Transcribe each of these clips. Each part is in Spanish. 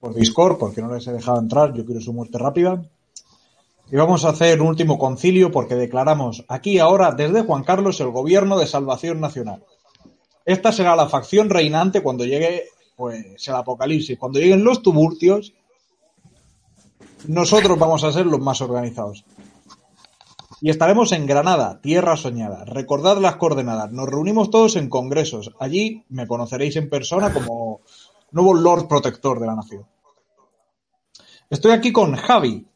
por Discord porque no les he dejado entrar, yo quiero su muerte rápida. Y vamos a hacer un último concilio porque declaramos aquí y ahora desde Juan Carlos el gobierno de salvación nacional. Esta será la facción reinante cuando llegue pues el apocalipsis, cuando lleguen los tuburtios. Nosotros vamos a ser los más organizados. Y estaremos en Granada, tierra soñada. Recordad las coordenadas. Nos reunimos todos en congresos. Allí me conoceréis en persona como nuevo Lord Protector de la Nación. Estoy aquí con Javi,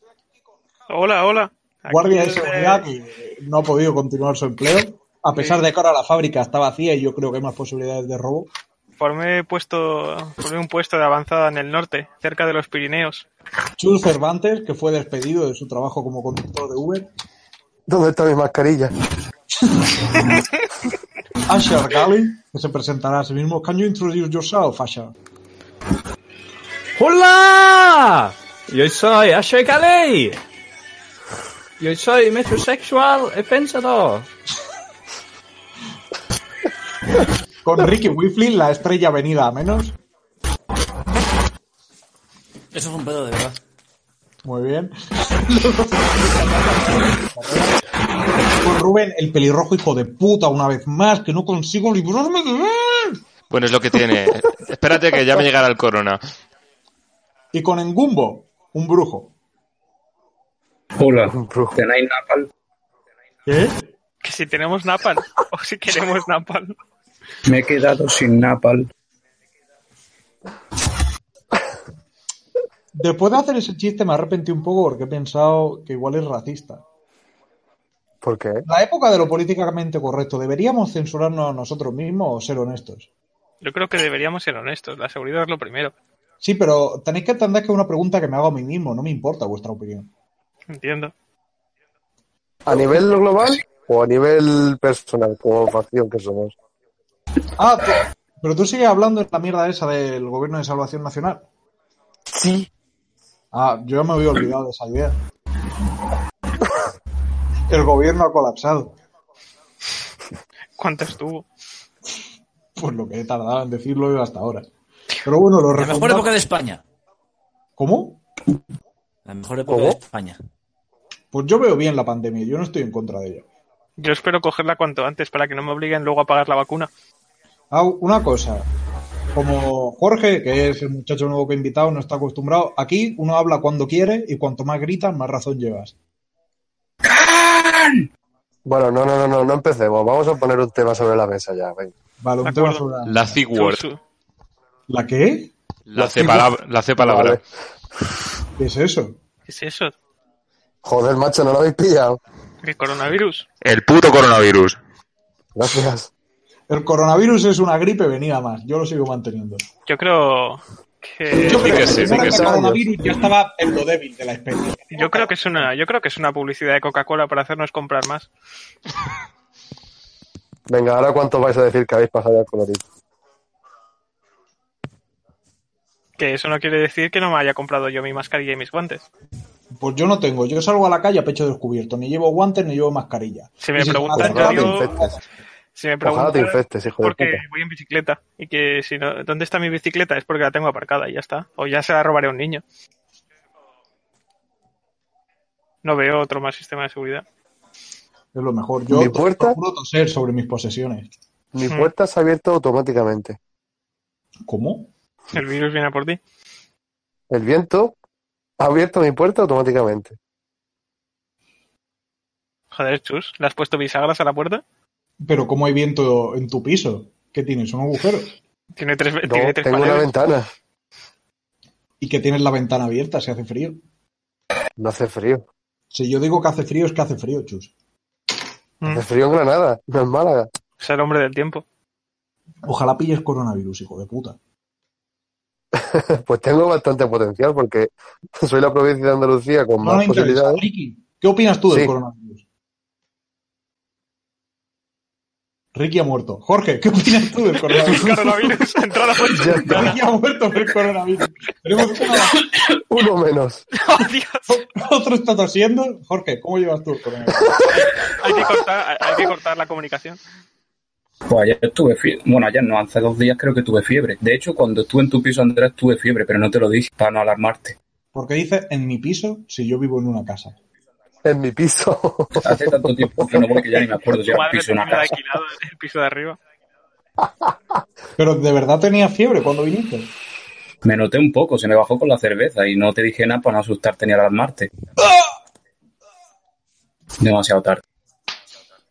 Hola, hola. Aquí guardia de desde- seguridad que no ha podido continuar su empleo, a pesar de que ahora la fábrica está vacía y yo creo que hay más posibilidades de robo. Formé, puesto, formé un puesto de avanzada en el norte, cerca de los Pirineos. Chul Cervantes, que fue despedido de su trabajo como conductor de Uber. ¿Dónde está mi mascarilla? Asher Gally, que se presentará a sí mismo. Can you introduce yourself, Asher? ¡Hola! Yo soy Ashay Kalei. Yo soy metrosexual he pensado. Con Ricky Whiffley, la estrella venida a menos. Eso es un pedo de verdad. Muy bien. Con Rubén, el pelirrojo hijo de puta, una vez más, que no consigo librarme de él. Bueno, es lo que tiene. Espérate que ya me llegará el corona. Y con Engumbo, un brujo. Hola, brujo. ¿tenéis Napal? ¿Qué? Que si tenemos Napal, o si queremos Napal. Me he quedado sin Napal. Después de hacer ese chiste me arrepentí un poco porque he pensado que igual es racista. ¿Por qué? La época de lo políticamente correcto, ¿deberíamos censurarnos a nosotros mismos o ser honestos? Yo creo que deberíamos ser honestos, la seguridad es lo primero. Sí, pero tenéis que entender que es una pregunta que me hago a mí mismo, no me importa vuestra opinión. Entiendo. ¿A nivel global o a nivel personal, como facción que somos? Ah, tú- pero tú sigues hablando de la mierda esa del gobierno de salvación nacional. Sí. Ah, yo me había olvidado de esa idea. El gobierno ha colapsado. ¿Cuánto estuvo? Pues lo que he tardado en decirlo hasta ahora. Pero bueno, lo La mejor época refundamos. de España. ¿Cómo? La mejor época ¿Cómo? de España. Pues yo veo bien la pandemia, yo no estoy en contra de ella. Yo espero cogerla cuanto antes para que no me obliguen luego a pagar la vacuna. Ah, una cosa. Como Jorge, que es el muchacho nuevo que he invitado, no está acostumbrado, aquí uno habla cuando quiere y cuanto más gritas, más razón llevas. Bueno, no, no, no, no, no empecemos. Vamos a poner un tema sobre la mesa ya. venga. Vale, un De tema acuerdo. sobre la... La C word. Su- su- ¿La qué? La C palabra. La C palabra. Vale. ¿Qué es eso? ¿Qué es eso? Joder, macho, no lo habéis pillado. ¿El coronavirus? El puto coronavirus. Gracias. El coronavirus es una gripe venida más, yo lo sigo manteniendo. Yo creo que... Yo creo que sí, el sí que sí. coronavirus ya estaba en lo débil de la especie. Yo creo que es una, yo creo que es una publicidad de Coca-Cola para hacernos comprar más. Venga, ahora cuánto vais a decir que habéis pasado el colorito. Que eso no quiere decir que no me haya comprado yo mi mascarilla y mis guantes. Pues yo no tengo, yo salgo a la calle a pecho descubierto, ni llevo guantes ni llevo mascarilla. Si me Y preguntan, está Ojalá yo te digo- infectes. Si me Ojalá te preguntan- infectes, hijo de porque puta. voy en bicicleta y que si no, ¿dónde está mi bicicleta? Es porque la tengo aparcada y ya está. O ya se la robaré a un niño. No veo otro más sistema de seguridad. Es lo mejor. Yo ¿Mi puerta? procuro toser sobre mis posesiones. Mi Mm. puerta se ha abierto automáticamente. ¿Cómo? El virus viene a por ti. El viento ha abierto mi puerta automáticamente. Joder, chus, ¿le has puesto bisagras a la puerta? Pero ¿cómo hay viento en tu piso? ¿Qué tienes? ¿Un agujero? Tiene tres, No, tiene tres tengo una paneles. ventana. Y que tienes la ventana abierta si hace frío. No hace frío. Si yo digo que hace frío, es que hace frío, chus. Mm, Hace frío en Granada, no en Málaga. es el hombre del tiempo. Ojalá pilles coronavirus, hijo de puta. Pues tengo bastante potencial porque soy la provincia de Andalucía con No me más interesa. posibilidades. Ricky, ¿qué opinas tú del Sí. coronavirus? Ricky ha muerto. Jorge, ¿qué opinas tú del coronavirus? Coronavirus, entrada por Ya está. Ricky ha muerto por el coronavirus. Tenemos una- Uno menos. ¡Oh, Dios! otro está tosiendo. Jorge, ¿cómo llevas tú el coronavirus? Hay que cortar, hay que cortar la comunicación. Pues ayer tuve fiebre. Bueno, ayer no, hace dos días creo que tuve fiebre. De hecho, cuando estuve en tu piso, Andrés, tuve fiebre, pero no te lo dije para no alarmarte. Porque dice en mi piso si yo vivo en una casa. En mi piso. Hace tanto tiempo que no voy que ya ni me acuerdo Tu si era un madre piso o te una hubiera casa. alquilado el piso de arriba. Pero de verdad tenía fiebre cuando viniste. Me noté un poco, se me bajó con la cerveza y no te dije nada para no asustarte ni alarmarte. Demasiado tarde.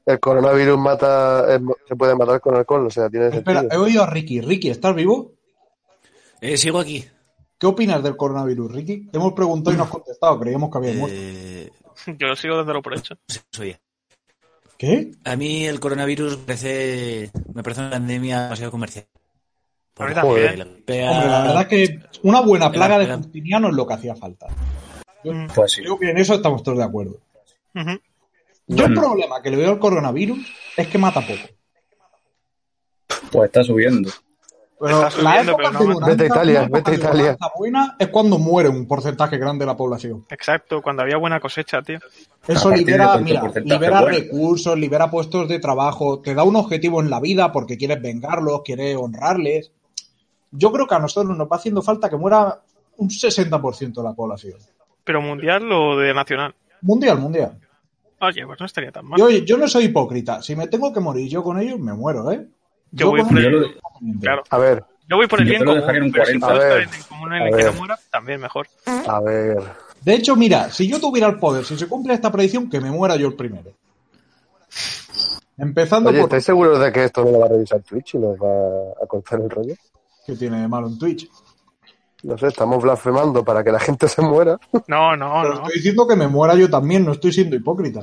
El coronavirus mata, es- se puede matar con alcohol, o sea, tiene Espera, sentido. he oído a Ricky. Ricky, ¿estás vivo? Eh, sigo aquí. ¿Qué opinas del coronavirus, Ricky? Te hemos preguntado y nos has contestado. Creíamos que había muerto. Eh, Yo lo sigo dándolo por hecho. soy. ¿Qué? A mí el coronavirus me parece, me parece una pandemia demasiado comercial. A mí la- también. la europea- Hombre, la verdad que una buena plaga de Ah. Espera. Justiniano es lo que hacía falta. Pues sí. Creo que en eso estamos todos de acuerdo. Ujú. Yo el Mm. problema que le veo al coronavirus es que mata poco. Pues está subiendo. Pero Está subiendo, pero no de mata. bonanza- Vete a Italia, la época vete a de Italia. bonanza buena es cuando muere un porcentaje grande de la población. Exacto, cuando había buena cosecha, tío. Eso partir de libera, cuánto mira, porcentaje libera muere. recursos, libera puestos de trabajo, te da un objetivo en la vida porque quieres vengarlos, quieres honrarles. Yo creo que a nosotros nos va haciendo falta que muera un 60% de la población. ¿Pero mundial o de nacional? Mundial, mundial. Oye, pues no estaría tan mal. Yo, yo no soy hipócrita. Si me tengo que morir yo con ellos, me muero, ¿eh? Yo voy con por Yo ellos- lo, Claro. eh, A ver, Yo voy por el Yo bien te lo común, dejaría en un pero si 40. puedo A estar ver. en el común en el A que no ver. muera, también mejor. a ver. De hecho, mira, si yo tuviera el poder, si se cumple esta predicción, que me muera yo el primero. Empezando Oye, por... ¿estáis seguros de que esto no lo va a revisar Twitch y nos va a contar el rollo? ¿Qué tiene de malo en Twitch? No sé, estamos blasfemando para que la gente se muera. No, no, Pero no. estoy diciendo que me muera yo también, no estoy siendo hipócrita.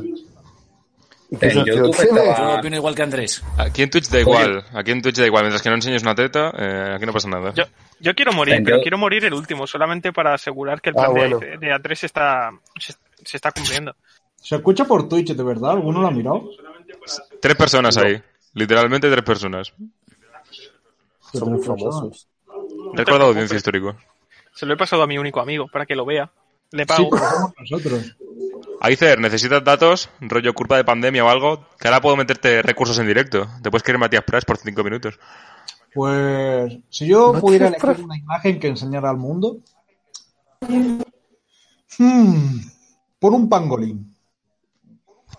¿Y qué En sentido YouTube tiene? estaba- Yo opino igual que Andrés. Aquí en Twitch da igual. Aquí en Twitch da igual. Mientras que no enseñes una teta, eh, aquí no pasa nada. Yo, yo quiero morir, Ven, pero yo- quiero morir el último, solamente para asegurar que el Ah, plan de- bueno. de, de Andrés se está, se, se está cumpliendo. ¿Se escucha por Twitch, de verdad? ¿Alguno lo ha mirado? Tres personas ahí. Literalmente tres personas. Son muy famosos. Recuerda audiencia histórico. Se lo he pasado a mi único amigo para que lo vea. Le Sí, pago. pero somos nosotros. Aicer, ¿necesitas datos? ¿Rollo curva de pandemia o algo? Que ahora puedo meterte recursos en directo. Te puedes querer Matías Prats por cinco minutos. Pues si yo No pudiera tienes elegir una imagen que enseñara al mundo... Hmm, pon un pangolín.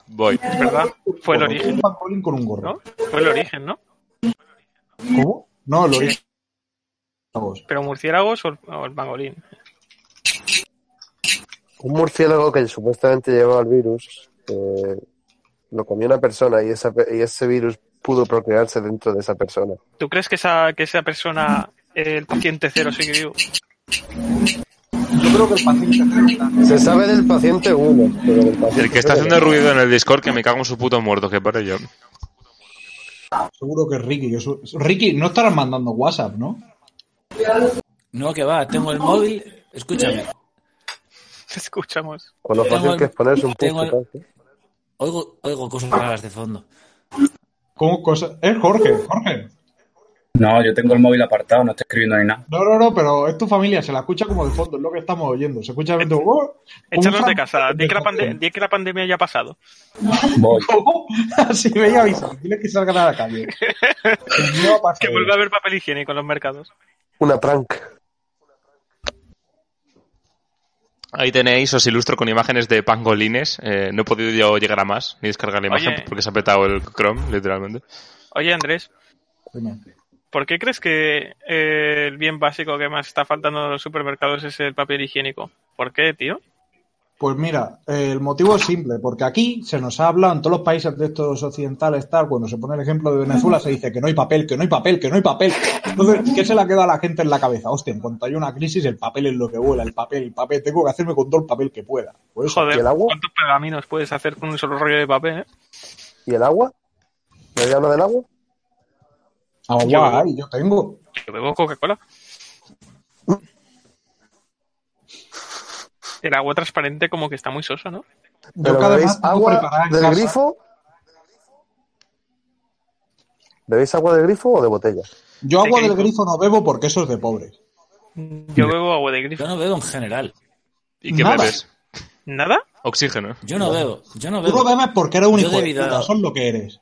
Voy. Es verdad. Fue Pon Un el Pues origen, pangolín con un gorro. ¿no? Fue el origen, ¿no? ¿Cómo? No, el origen. Pero murciélagos o el, o el pangolín. Un murciélago que supuestamente llevaba el virus eh, lo comió una persona y, esa, pe- y ese virus pudo procrearse dentro de esa persona. ¿Tú crees que esa, que esa persona, el paciente cero, sigue vivo? Yo creo que el paciente cero está- Se sabe del paciente uno, pero del paciente El que está cero no. haciendo ruido en el Discord, que me cago en su puto muerto, que para yo. Seguro que es Ricky. que su- Ricky, no estarás mandando WhatsApp, ¿no? No, que va, tengo el móvil. Escúchame. Te escuchamos. Con lo fácil que es ponerse un Tengo el- puto. Oigo, oigo cosas raras de fondo. ¿Cómo cosa? Es Jorge, Jorge. No, yo tengo el móvil apartado, no estoy escribiendo ni nada. No, no, no, pero es tu familia, se la escucha como de fondo, es lo que estamos oyendo. Se escucha de fondo. ¡oh! Como Échanos un de casa. fan- Di que, la pande- di que la pandemia ya ha pasado. Voy. ¿Cómo? Así me avisa. Dile que salgan a la calle. No va a pasar. Que vuelva a haber papel higiénico en los mercados. Una prank. Ahí tenéis, os ilustro con imágenes de pangolines. Eh, no he podido yo llegar a más, ni descargar la imagen Oye. porque se ha petado el Chrome, literalmente. Oye, Andrés, Dime. ¿por qué crees que eh, el bien básico que más está faltando en los supermercados es el papel higiénico? ¿Por qué, tío? Pues mira, eh, el motivo es simple, porque aquí se nos habla en todos los países de estos occidentales, tal, cuando se pone el ejemplo de Venezuela, se dice que no hay papel, que no hay papel, que no hay papel. Entonces, ¿qué se le queda a la gente en la cabeza? Hostia, en cuanto hay una crisis, el papel es lo que vuela, el papel, el papel, tengo que hacerme con todo el papel que pueda. Pues, Por eso, Joder, ¿Y el agua? ¿cuántos pergaminos puedes hacer con un solo rollo de papel? eh? ¿Y el agua? ¿eh? ¿Me había hablado del agua? Agua, ay, yo tengo. Yo bebo Coca-Cola. El agua transparente como que está muy sosa, ¿no? Yo Pero cada bebéis vez tengo preparada agua en del casa. grifo. ¿Bebéis agua del grifo o de botella? Yo agua ¿De qué del grifo no bebo porque eso es de pobre. Yo bebo agua de grifo. Yo no bebo en general. ¿Y qué Nada. bebes? ¿Nada? Oxígeno. Yo no bebo. Yo no Tú lo bebo. bebes porque eres un Yo hijo de debido a- puta, son lo que eres.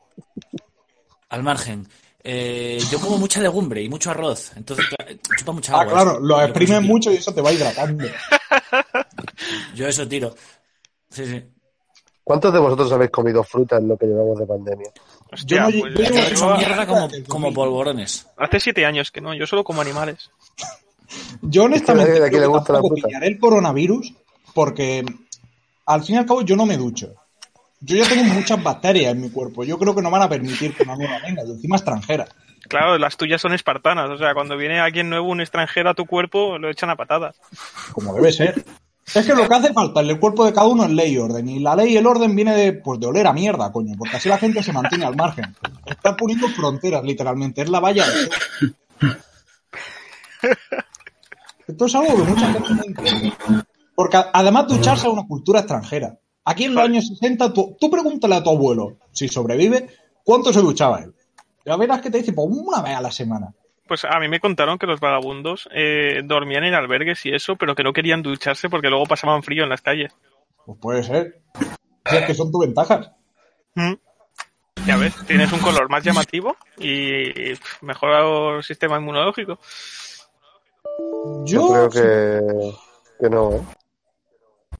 Al margen. Eh, yo como mucha legumbre y mucho arroz. Entonces, cla- chupa mucha Ah, agua. claro, eso. lo Yo exprimes eso tiro. mucho y eso te va hidratando. Yo eso tiro. Sí, sí. ¿Cuántos de vosotros habéis comido fruta en lo que llevamos de pandemia? Hostia, Yo no- pues yo Yo yo he hecho llevo- mierda como, Desde como mil. polvorones. hace siete años que no, yo solo como animales. Yo honestamente Es que a nadie de aquí creo le que gusta la tampoco fruta. pillaré el coronavirus porque al fin y al cabo yo no me ducho. Yo ya tengo muchas bacterias en mi cuerpo. Yo creo que no van a permitir que una nueva venga y encima extranjera. Claro, las tuyas son espartanas, o sea, cuando viene alguien nuevo, un extranjero a tu cuerpo, lo echan a patadas. Como debe ser. Es que lo que hace falta en el cuerpo de cada uno es ley y orden. Y la ley y el orden viene de, pues, de oler a mierda, coño. Porque así la gente se mantiene al margen. Están poniendo fronteras, literalmente. Es la valla. de- Esto es algo que mucha gente no entiende. Porque a- además ducharse es una cultura extranjera. Aquí en los años 60, tú, tú pregúntale a tu abuelo, si sobrevive, ¿cuánto se duchaba él? Ya verás que te dice, pues una vez a la semana. Pues a mí me contaron que los vagabundos eh, dormían en albergues y eso, pero que no querían ducharse porque luego pasaban frío en las calles. Pues puede ser. Si es que son tus ventajas. Mm. Ya ves, tienes un color más llamativo y pf, mejora el sistema inmunológico. Yo Yo, creo que, que no, ¿eh?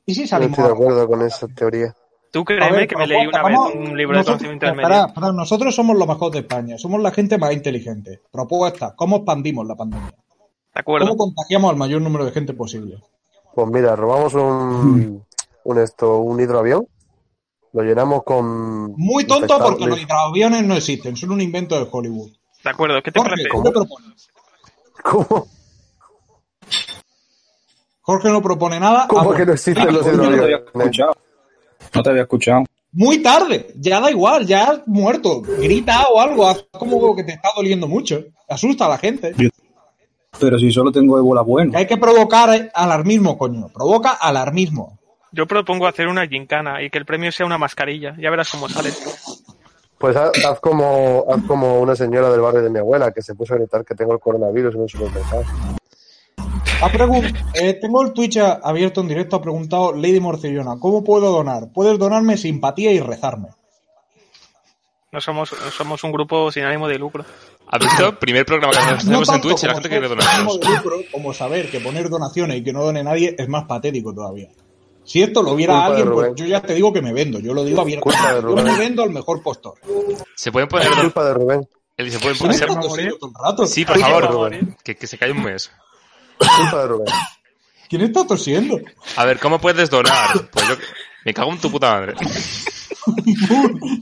¿Y si Yo no salimos estoy de a- acuerdo con esa teoría. Tú A créeme ver, que pero me leí Juanca, una vez vamos- un libro de nosotros- conocimiento espera, intermedio. espera, nosotros somos los mejores de España, somos la gente más inteligente. Propuesta, ¿cómo expandimos la pandemia? ¿De ¿Cómo acuerdo? contagiamos al mayor número de gente posible? Pues mira, robamos Hmm. un, un esto, un hidroavión, lo llenamos con Muy tonto infectado- porque los hidroaviones no existen, son un invento de Hollywood. De acuerdo, ¿qué te Jorge, parece? ¿tú qué propones? ¿Cómo? Jorge no propone nada. ¿Cómo Ah, que no existen los Yo no te había hidroaviones? escuchado. No te había escuchado. Muy tarde, ya da igual, ya has muerto. Grita o algo, haz como que te está doliendo mucho. Asusta a la gente. Pero si solo tengo ébola bueno. Que hay que provocar alarmismo, coño. Provoca alarmismo. Yo propongo hacer una gincana y que el premio sea una mascarilla. Ya verás cómo sale. Pues haz, haz como, haz como una señora del barrio de mi abuela que se puso a gritar que tengo el coronavirus en un supermercado. Ha pregun- eh, tengo el Twitch a- abierto en directo, ha preguntado Lady Morcellona, ¿cómo puedo donar? Puedes donarme simpatía y rezarme. No somos, no somos un grupo sin ánimo de lucro. ¿Has visto? Primer programa que hacemos en tanto Twitch y la como gente ser quiere ánimo donarnos. de lucro, como saber que poner donaciones y que no done nadie es más patético todavía. Si esto lo viera Culpa de alguien, pues Rubén. yo ya te digo que me vendo, yo lo digo Culpa de abiertamente. Yo Rubén. me vendo al mejor postor. ¿Se pueden poner... Es culpa de Rubén, el- ¿Se pueden ¿Quién poner... está va a tosiendo morir? todo el rato? Sí, por Sí, favor, por favor, Rubén. ¿eh? Que, que se cae un mes. es culpa de Rubén. ¿Quién está tosiendo? A ver, ¿cómo puedes donar? Pues yo... Me cago en tu puta madre.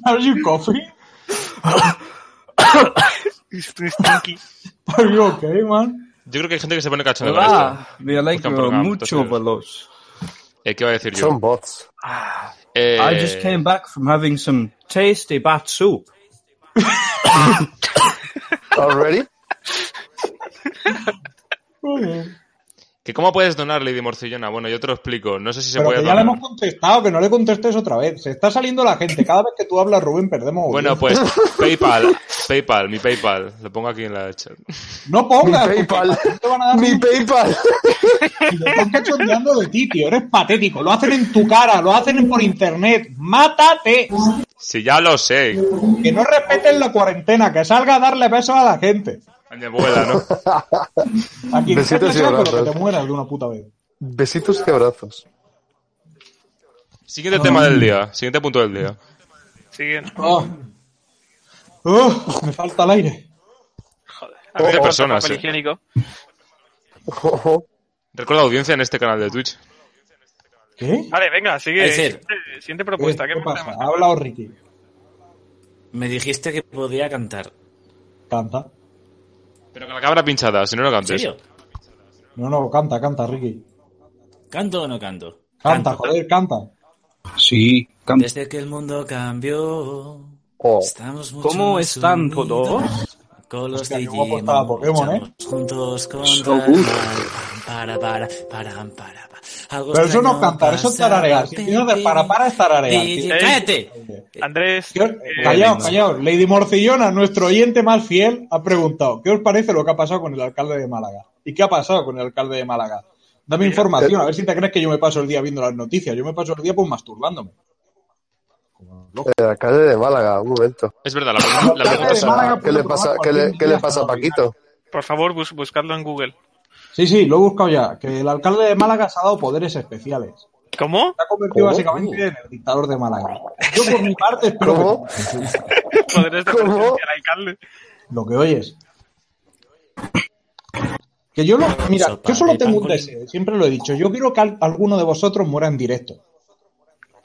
Are you coughing? It's stinky. Are you okay, Pues man? Yo creo que hay gente que se pone cachonda con esto. Ah, me alegro programa, mucho, entonces. veloz. Eh, ¿Qué iba a decir yo? Son bots. Eh, I just came back from having some tasty bat soup. ¿Already? Joder. ¿Que ¿Cómo puedes donar, Lady Morcillona? Bueno, yo te lo explico. No sé si se Pero puede que ya le donar. hemos contestado, que no le contestes otra vez. Se está saliendo la gente. Cada vez que tú hablas, Rubén, perdemos. Bueno, audiencia. pues PayPal, PayPal, mi PayPal. Lo pongo aquí en la chat. no Mi pongas. porque PayPal. no te van a dar Mi ni- PayPal. y te están cachondeando de ti, tío. Eres patético. Lo hacen en tu cara, lo hacen por internet. ¡Mátate! Si ya lo sé. Que no respeten la cuarentena, que salga a darle besos a la gente. A mi abuela, ¿no? A quien Besitos darle besos, y pero que abrazos. te mueras de una puta vez. Besitos y abrazos. Siguiente tema del día. Siguiente punto del día. Siguen. Ah. Uf, me falta el aire. A mí me Oh, falta personas, papel eh. higiénico. Recuerda audiencia en este canal de Twitch. ¿Qué? Vale, venga, sigue. Es decir- Siguiente, siguiente propuesta. Eh, pues, ¿Qué ¿Qué pasa? más tenemos? Ha hablado Ricky. Me dijiste que podía cantar. Canta. Pero con la cámara pinchada, si no lo ¿En cantes. serio? No, no, canta, canta, Ricky. ¿Canto o no canto? Canta, joder, canta. Sí, canta. Desde que el mundo cambió, Oh. estamos mucho ¿Cómo más están unidos. todos? Con los Hostia, qué guapo Digimon estaba Pokémon, ¿eh? luchamos juntos contra So el good. mal. Para, para, para, para, para. Algo Pero eso extraño no cantar, eso es pasa, tararear. Si tienes de para para es tararear. Digi- tío. ¡Cállate! Andrés, ¿Qué os- eh, Callaos, callaos. Lady Morcillona, nuestro oyente más fiel, ha preguntado: ¿Qué os parece lo que ha pasado con el alcalde de Málaga? ¿Y qué ha pasado con el alcalde de Málaga? Dame eh, información, a ver si te crees que yo me paso el día viendo las noticias. Yo me paso el día pues masturbándome. El alcalde de Málaga, un momento. Es verdad, la, pregunta- la pregunta es... Málaga, ¿Qué le pasa, qué le, qué le pasa a Paquito? por favor, bus- buscadlo en Google. Sí, sí, lo he buscado ya. Que el alcalde de Málaga se ha dado poderes especiales. ¿Cómo? Se ha convertido ¿Cómo? básicamente en el dictador de Málaga. Yo por mi parte espero ¿Cómo? que- Poderes de ¿Cómo? presencia del alcalde. lo que oyes. Que yo lo, mira, Sopa yo solo de tengo un brócoli. deseo, siempre lo he dicho. Yo quiero que al- alguno de vosotros muera en directo.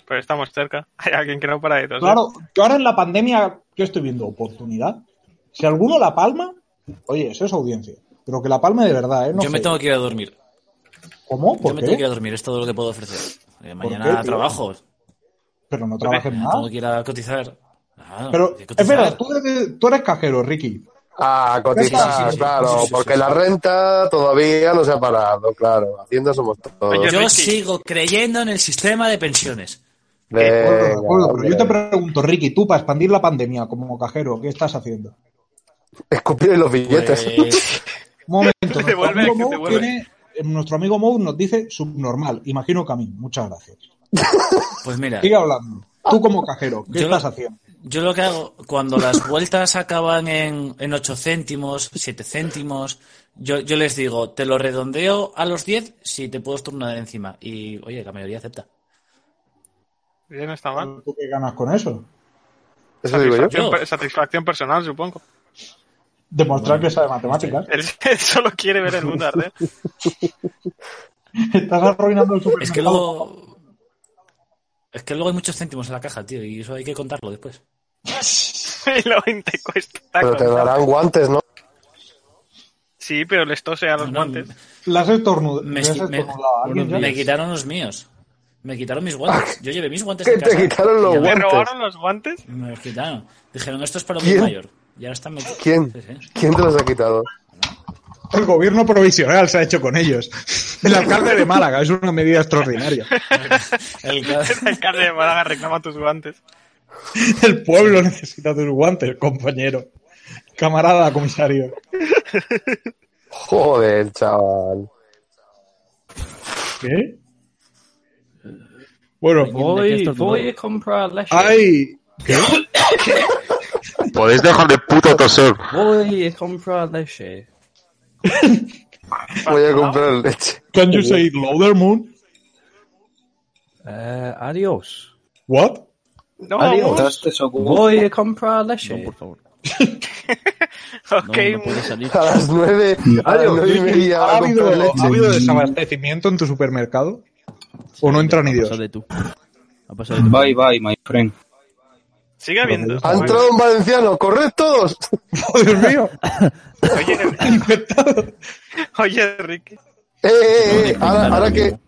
Pero estamos cerca. Hay alguien que no para de toser. Claro, yo ahora en la pandemia, yo estoy viendo oportunidad. Si alguno la palma, oye, eso es audiencia. Pero que la palme de verdad, ¿eh? No Yo me sé. tengo que ir a dormir. ¿Cómo? Yo ¿Por me tengo que ir a qué? dormir, es todo lo que puedo ofrecer. Eh, qué, mañana tío? trabajo, Pero no trabajes mañana tengo nada. que ir a cotizar. Ah, hay Pero, que cotizar. espera, tú eres, tú eres cajero, Ricky. Sí, Ah, sí, cotizar, sí, sí, sí, claro, sí, sí, porque sí. la renta todavía no se ha parado, claro. Hacienda somos todos. Oye, Yo Ricky. sigo creyendo en el sistema de pensiones. De acuerdo, de Venga, acuerdo, pero yo te Eh, hombre. pregunto, Ricky, tú para expandir la pandemia como cajero, ¿qué estás haciendo? Escupir en los billetes. Pues, Un momento, nuestro Devuelve, amigo, que Mou devuelve. tiene- eh, nuestro amigo Mou nos dice subnormal. Imagino que a mí. Muchas gracias. pues mira, Sigue hablando. Tú como cajero, ¿qué Yo- estás haciendo? yo lo que hago, cuando las vueltas acaban en, en 8 céntimos, 7 céntimos, yo, yo les digo, te lo redondeo a los 10 si te puedo turnar encima. Y oye, la mayoría acepta. Ya no está mal. ¿Tú qué ganas con eso? Eso digo yo. Satisfacción, yo. per- satisfacción personal, supongo. Demostrar que sabe matemáticas. Él, él solo quiere ver el mundo arder. Estás arruinando el Es que supermercado. luego. Es que luego hay muchos céntimos en la caja, tío, y eso hay que contarlo después. y luego te cuesta Pero te contar. darán guantes, ¿no? Sí, pero les tose a los No, guantes. Las estornud- Me, las esqui- me- estornudado a alguien, me ¿sabes? quitaron los míos. Me quitaron mis guantes. Yo llevé mis guantes ¿Qué de te casa. quitaron los Ya me- ¿Te guantes? robaron los guantes? Me los quitaron. Dijeron, esto es para ¿Quién? un mayor. Y ahora están metidos. ¿Quién? Sí, sí. ¿Quién te los ha quitado? El gobierno provisional se ha hecho con ellos. El alcalde de Málaga es una medida extraordinaria. El El ca- alcalde de Málaga reclama tus guantes. El pueblo necesita tus guantes, compañero. Camarada, comisario. Joder, chaval. ¿Qué? Bueno, Voy, voy a comprar leche. hay Podéis dejar de puto toser. Voy a comprar leche. Voy a comprar leche. Can you say it louder, Moon? Eh, adiós. What? No, Adiós. Voy a comprar leche. por favor. ok, A las nueve, a las nueve y media ¿Ha a comprar habido, leche. ha habido desabastecimiento en tu supermercado? ¿O no Pues, entra ni Dios? Bye, bye, my friend. sigue habiendo. Ha entrado un valenciano, corred todos. ¡Oh, Dios mío! Oye, oye, Ricky. Eh, eh, eh, ahora, ahora que.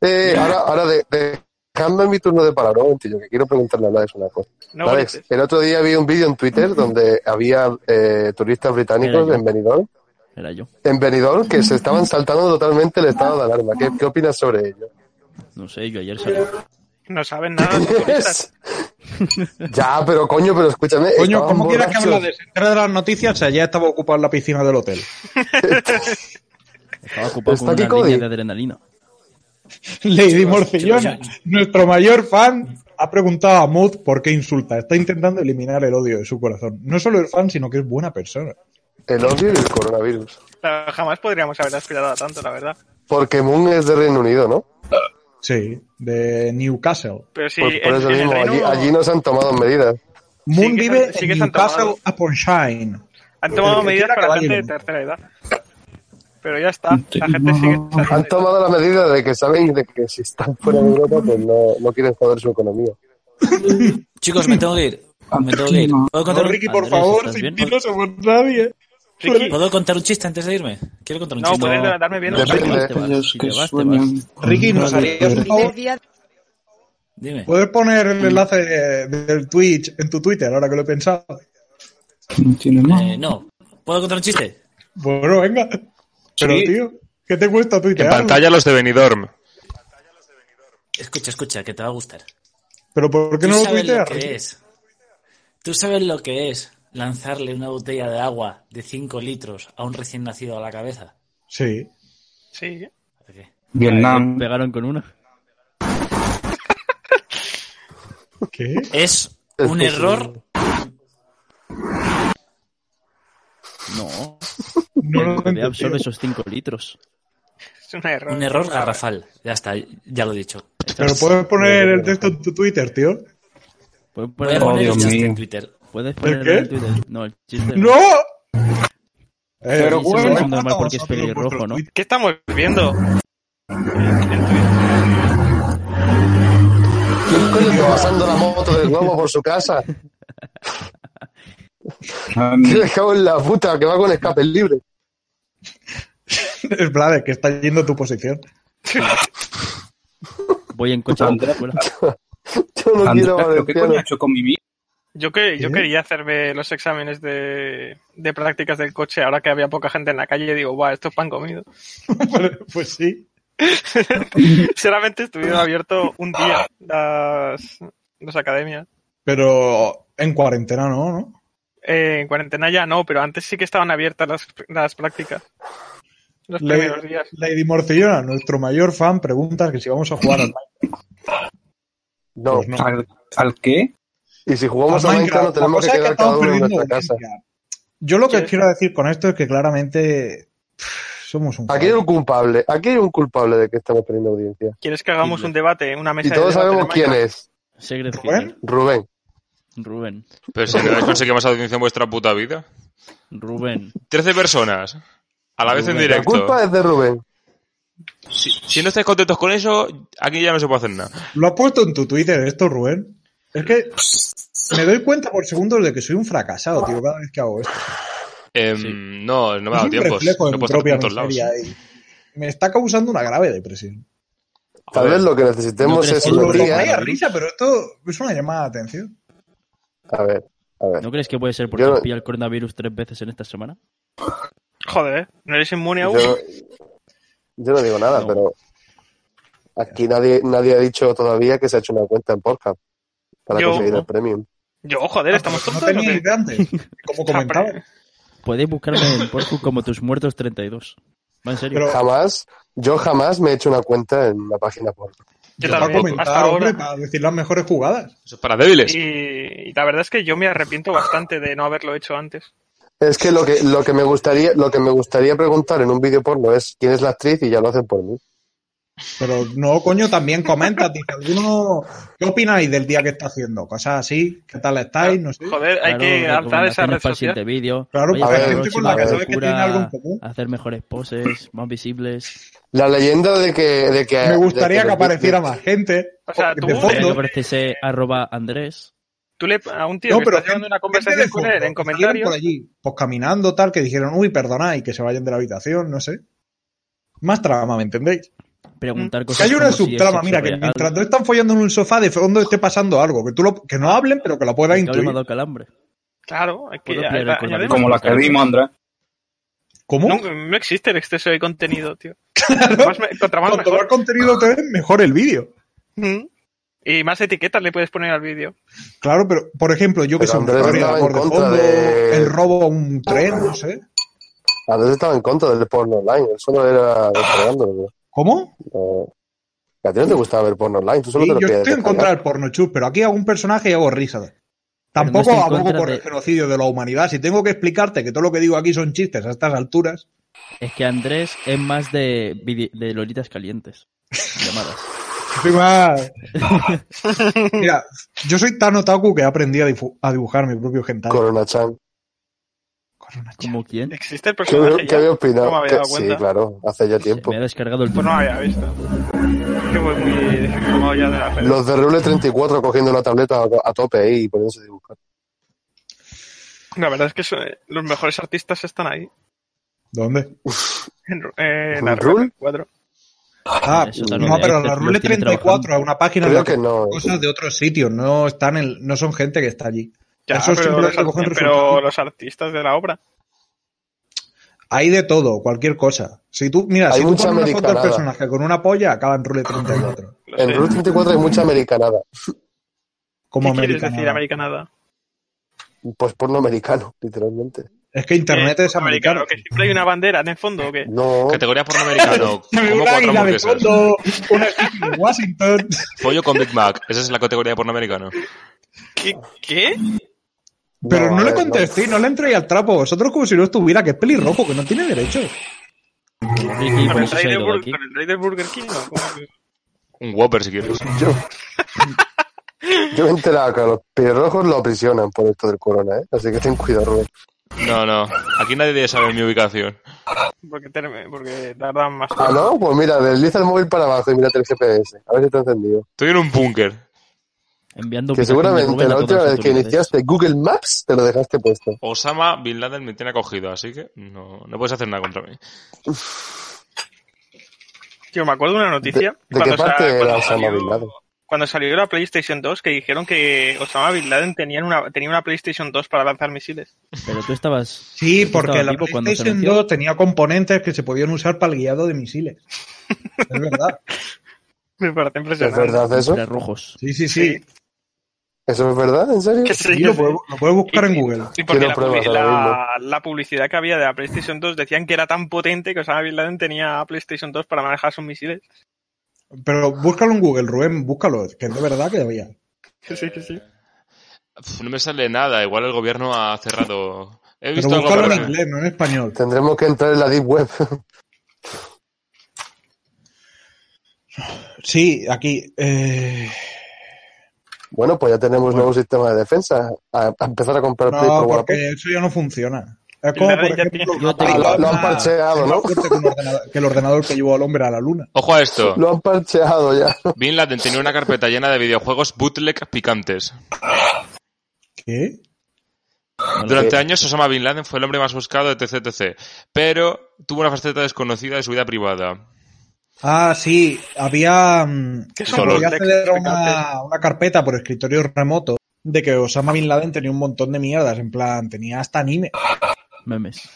Eh, ahora, ahora de, de- dejando mi turno de palabra, un momentillo, que quiero preguntarle a Alex una cosa. No Alex, grites. el otro día vi un vídeo en Twitter donde había eh, turistas británicos en Benidorm. Era yo. En Benidorm que se estaban saltando totalmente el estado de alarma. ¿Qué, qué opinas sobre ello? No sé, yo ayer salí. No saben nada los turistas. ya, pero coño, pero escúchame. Coño, estaban ¿cómo quieres que borrachos. habla de se entera de las noticias? O sea, ya estaba ocupado en la piscina del hotel. Estaba ocupado ¿Está con aquí una Cody? línea de adrenalina. Lady Morcillona, nuestro mayor fan, ha preguntado a Mood por qué insulta. Está intentando eliminar el odio de su corazón. No solo el fan, sino que es buena persona. El odio y el coronavirus. La- Jamás podríamos haber aspirado a tanto, la verdad. Porque Moon es de Reino Unido, ¿no? Sí, de Newcastle. Pero sí, Pues por en, eso en mismo, el allí, reino allí no se han tomado medidas. Moon Sí que vive se- sí en que se han Newcastle tomado. upon Shine. han tomado Pero que medidas quiera para caballo gente de nunca. tercera edad. Pero ya está, la gente sigue. Han tomado la medida de que saben de que si están fuera de Europa, pues no, no quieren joder su economía. Chicos, me tengo que ir. Me tengo que ir. ¿Puedo No, contar, un- Ah, Ricky, por Andrés, favor, ¿estás sin bien? ti no somos nadie. Ricky, ¿Puedo contar un chiste antes de irme? Quiero contar un no, chiste. puedes darme bien un Depende. Si chiste. te vas, si te vas, te vas. Ricky, ¿nos harías un favor? Pues Dime. ¿Puedes poner el enlace del Twitch en tu Twitter ahora que lo he pensado? No tiene más. Eh, no. ¿Puedo contar un chiste? Bueno, venga. Pero, Sí. tío, ¿qué te cuesta En tuitear? pantalla los de Benidorm. Escucha, escucha, que te va a gustar. ¿Pero por qué ¿Tú no lo sabes lo tuiteas? que es? ¿Tú sabes lo que es lanzarle una botella de agua de 5 litros a un recién nacido a la cabeza? Sí. Sí. Vietnam. Pegaron con una. ¿Qué? Es un error. No. No lo El bebé entendí. absorbe esos 5 litros. Es un error. Un error garrafal. Ya está, ya lo he dicho. Pero puedes poner el texto en tu Twitter, tío. Puedes Voy a poner poner el el chiste chiste en en Twitter. Twitter. Puedes ¿El ponerlo en qué? Twitter. No, el chiste. ¡No! Eh, Pero sí, bueno, es normal estamos porque es pelirrojo, ¿no? ¿Qué estamos viendo? ¿Quién coño está pasando la moto del globo por su casa? Mm. Que le cago en la puta, que va con escape libre. Es verdad, que está yendo tu posición. Voy en coche a la Andrés. escuela. Yo no Andrés, quiero ¿pero ¿qué coño ha hecho con mi vida? Yo, que, yo quería hacerme los exámenes de, de prácticas del coche ahora que había poca gente en la calle y digo, guau, esto es pan comido. pues sí. Sinceramente estuvieron abierto un día las, las academias. Pero en cuarentena no, ¿no? Eh, en cuarentena ya no, pero antes sí que estaban abiertas las, las prácticas. Los Le- primeros días. Lady Morcillona, nuestro mayor fan, pregunta que si vamos a jugar al Minecraft. No. Pues no. ¿Al, al qué? Y si jugamos a Al Minecraft, no Minecraft, la tenemos cosa que es que quedar cada estamos uno en perdiendo nuestra casa. Yo lo que quiero decir con esto es que claramente pff, somos un Aquí hay un culpable, aquí hay un culpable de que estamos perdiendo audiencia. ¿Quieres que hagamos un debate, una mesa Y de todos debate de sabemos quién Minecraft? es. Secret Rubén. Hitler. Rubén. Rubén. Pero si no habéis conseguido más audiencia en vuestra puta vida. Rubén. 13 personas. A la vez en Rubén. La directo. culpa es de Rubén. Si, si no estáis contentos con eso, aquí ya no se puede hacer nada. ¿Lo has puesto en tu Twitter esto, Rubén? Es que me doy cuenta por segundos de que soy un fracasado, tío, cada vez que hago esto. Em, No, no es me ha dado un tiempo. reflejo de No mi puedo estar propia en todos lados. miseria eh. y me está causando una grave depresión. Tal vez lo que ¿No necesitemos crees es que Os lo un Rubén- día. tomáis a risa, pero esto es una llamada de atención. A ver, a ver. ¿No crees que puede ser porque Yo- has pillado el coronavirus tres veces en esta semana? Joder, ¿eh? ¿no eres inmune aún? Yo, yo no digo nada, No. pero aquí nadie, nadie ha dicho todavía que se ha hecho una cuenta en Pornhub para Yo. conseguir el premium. Yo, joder, estamos No tontos. ¿o tenía qué? idea antes, como comentaba. Podéis buscarme en Porcu como tus muertos 32. Va en serio. Pero- Jamás, yo jamás me he hecho una cuenta en la página porno. Yo Para también, comentar, hasta hombre, ahora. para decir las mejores jugadas. Eso es para débiles. Y, y la verdad es que yo me arrepiento bastante de no haberlo hecho antes. Es que lo que, lo que me gustaría, lo que me gustaría preguntar en un vídeo porno es quién es la actriz y ya lo hacen por mí. Pero no, coño, también comenta, dice alguno, ¿qué opináis del día que está haciendo? Cosas así, ¿qué tal estáis? No sé. Joder, hay Claro, que alzar esa red recomendaciones para el social. siguiente vídeo. Claro, Oye, para para ver, la gente con próxima la que sabe que locura, tiene algo en común. Hacer mejores poses, más visibles. La leyenda de que, de que Me gustaría de que los- apareciera más gente. O sea, de tú- Creo que fondo. aparece ese arroba Andrés. Tú le, a un tío No, que pero está llevando una gente conversación de con fondo, él en que salieron comentarios, por allí, pues caminando, tal, que dijeron, uy, perdonad, y que se vayan de la habitación, no sé. Más trama, ¿me entendéis? Preguntar Que Pues cosas. hay una como si subtrama, es mira, que real. mientras no están follando en un sofá, de fondo esté pasando algo, que, tú lo- que no hablen, pero que lo puedas El cable intuir. me ha dado calambre. claro, hay que Puedo a- pillar el a- coronavirus. añadir- Como pues la que dimos, Andrés. ¿Cómo? no, no existe el exceso de contenido, tío. Contra más me- contra más Cuanto más mejor. contenido te den, mejor el vídeo. Mm. Y más etiquetas le puedes poner al vídeo. Claro, pero, por ejemplo, yo que Pero sé, un Andrés correo estaba en por de contra fondo, de- el robo a un tren, no sé. Andrés Ah, estaba en contra del porno online, él solo era descargándolo. ¿no? ¿Cómo? No. A ti no te gustaba ver porno online, tú solo Sí, te lo yo querías estoy en descargar. contra del porno chus, pero aquí hago un personaje y hago risas. Tampoco estoy en abogo contra por de- el genocidio de la humanidad. Si tengo que explicarte que todo lo que digo aquí son chistes a estas alturas, Es que Andrés es más de, vidi- de lolitas calientes. Llamadas. estoy más- Mira, yo soy tan otaku que aprendí a, difu- a dibujar mi propio hentai. Corona Chan. ¿Como quién? Existe el ¿Qué, personaje qué ya. había No me opinado? había ¿Qué- dado sí, cuenta. claro, hace ya Se tiempo. me ha descargado el. Pues no había visto. Que voy muy desinformado ya de la red. Los de Rule 34 cogiendo una tableta a, a tope ahí y poniéndose a dibujar. La verdad es que son- eh, los mejores artistas están ahí. ¿Dónde? En, ru- eh, en la ¿Rule? red 4. Ah, Eso está lo no, de pero Aitor, la los Rule tiene 34 es una página en la Creo que que no. ¿eh? cosas de otros sitios, no están en- no son gente que está allí. Ya, Eso pero, simplemente los, ar- cogen pero resultados. los artistas de la obra. Hay de todo, cualquier cosa. Si tú, mira, Hay si tú mucha pones una foto del americanada. personaje con una polla, acaba en Rule 34. En Route 34 hay mucha americanada. Como ¿Qué quieres americano. decir, americanada? Pues porno americano, literalmente. Es que internet eh, es americano. Que siempre hay una bandera en el fondo o qué? No. Categoría porno americano. Como Una cuatro águila de hamburguesas. fondo, una de Washington. Pollo con Big Mac. Esa es la categoría de porno americano. ¿Qué? ¿Qué? Pero no, le a eh, ver, no. contesté, no. le entré al trapo. Vosotros como si no estuviera, que es pelirrojo, que no tiene derechos. ¿Con el, rey del Bur- con el rey del Burger King? ¿no? ¿Cómo que- Un Whopper, si quieres. Yo, yo me he enterado que a los pelirrojos lo aprisionan por esto del corona, ¿eh? Así que ten cuidado, Rubén. No, no. Aquí nadie debe saber mi ubicación. Porque, term- porque tardan más Ah, ¿no? Pues mira, desliza el móvil para abajo y mírate el GPS. A ver si te ha encendido. Estoy en un búnker. Enviando Que seguramente la última vez que iniciaste Google Maps te lo dejaste puesto. Osama Bin Laden me tiene acogido, así que no, no puedes hacer nada contra mí. Tío, me acuerdo de una noticia. ¿De qué sa- parte era cuando Osama salió- Bin Laden? Cuando salió la PlayStation 2, que dijeron que Osama Bin Laden tenía una, tenía una PlayStation 2 para lanzar misiles. Pero tú estabas. Sí, tú porque estabas la vivo cuando se PlayStation anunció. 2 tenía componentes que se podían usar para el guiado de misiles. Es verdad. Me parece ¿Es impresionante. verdad eso? rojos. Sí, sí, sí. ¿Eso es verdad? ¿En serio? Que sí, Sí, lo, que sí. puedes, lo puedes buscar en Google. Y porque Quiero la, pruebas publi- ahora la- la publicidad que había de la PlayStation 2 decían que era tan potente que Osama Bin Laden tenía PlayStation 2 para manejar sus misiles. Pero búscalo en Google, Rubén, búscalo, que es de verdad que había. Que sí, que sí. Pf, No me sale nada. Igual el gobierno ha cerrado. He Pero visto algo búscalo en raro. inglés, no en español. Tendremos que entrar en la Deep Web. Sí, aquí. eh, Bueno, pues ya tenemos nuevo sistema de defensa. A, a empezar a comprar Play No, por Wallapop. porque eso ya no funciona. Es como, por ejemplo, Yo Ah, tengo- lo, lo han Ah, parcheado, es ¿no? más fuerte que, un ordenador- que el ordenador que llevó al hombre a la luna. Ojo a esto. Lo han parcheado ya. Bin Laden tenía una carpeta llena de videojuegos bootleg picantes. ¿Qué? Durante años Osama Bin Laden fue el hombre más buscado de TCTC, pero tuvo una faceta desconocida de su vida privada. Ah, sí, había. mm, ¿Qué se son podía los acceder a textos de una, una carpeta por escritorio remoto de que Osama Bin Laden tenía un montón de mierdas. En plan, tenía hasta anime. Ah, Memes.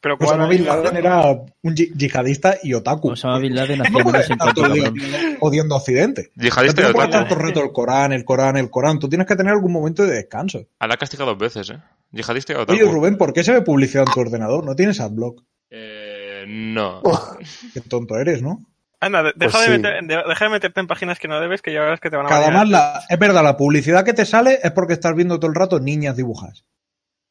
Pero Osama cuando Bin Laden era un yi- yihadista y otaku. Osama Bin Laden No hacía puedes memes en estar cuanto todo el día cabrón. odiando a Occidente. No Yihadista y te puedes otaku. estar todo el rato el Corán, el Corán, el Corán. Tú tienes que tener algún momento de descanso. A la castiga dos veces, ¿eh? Yihadista y Oye, otaku. Rubén, ¿por qué se ve publicidad en tu ordenador? ¿No tienes adblock? Eh, no. Qué tonto eres, ¿no? Anda, de- deja, Pues de sí. meter- de- deja de meterte en páginas que no debes, que ya verás que te van a Cada banear. más la- es verdad, la publicidad que te sale es porque estás viendo todo el rato niñas dibujas.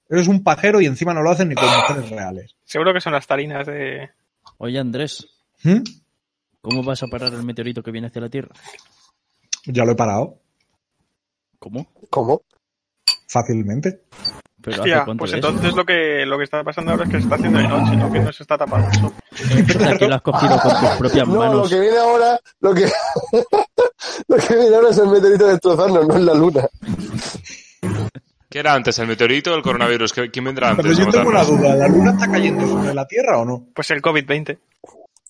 Eres un pajero y encima no lo hacen ni con mujeres reales. Seguro que son las tarinas de... Oye, Andrés, ¿Mm? ¿cómo vas a parar el meteorito que viene hacia la Tierra? Ya lo he parado, ¿Cómo? ¿Cómo? fácilmente. Pero hace Hostia, cuánto pues de eso? entonces lo que, lo que está pasando ahora es que se está haciendo de noche, ¿no? Que no se está tapando. el sol. Entonces, ¿Tú lo has cogido con tus propias No, lo manos? que viene ahora, lo que, lo que viene ahora es el meteorito destrozarnos, no es la luna. ¿Qué era antes, el meteorito o el coronavirus? ¿Qué- ¿Quién vendrá antes? Pero yo a tengo una matarnos? duda, ¿la luna está cayendo sobre la Tierra o no? Pues el COVID-20.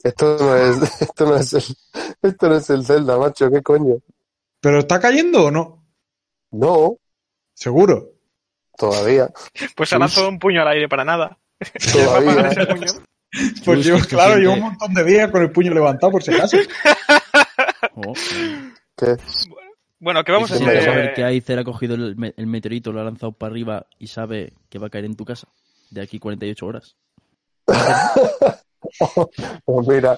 Esto no es, esto no es el, esto no es el Zelda, macho, qué coño. ¿Pero está cayendo o no? No, Seguro. todavía, Pues ha lanzado un puño al aire para nada. ¿Quién va a pagar ese todavía. puño? Pues Chus, yo, que se claro, siente- llevo un montón de días con el puño levantado por si acaso. Oh, ¿Qué? Bueno, ¿qué vamos a Eso ¿Cómo me vas hacer? parece a ver eh? que Aizer ha cogido el, me- el meteorito, lo ha lanzado para arriba y sabe que va a caer en tu casa de aquí 48 horas? Pues mira,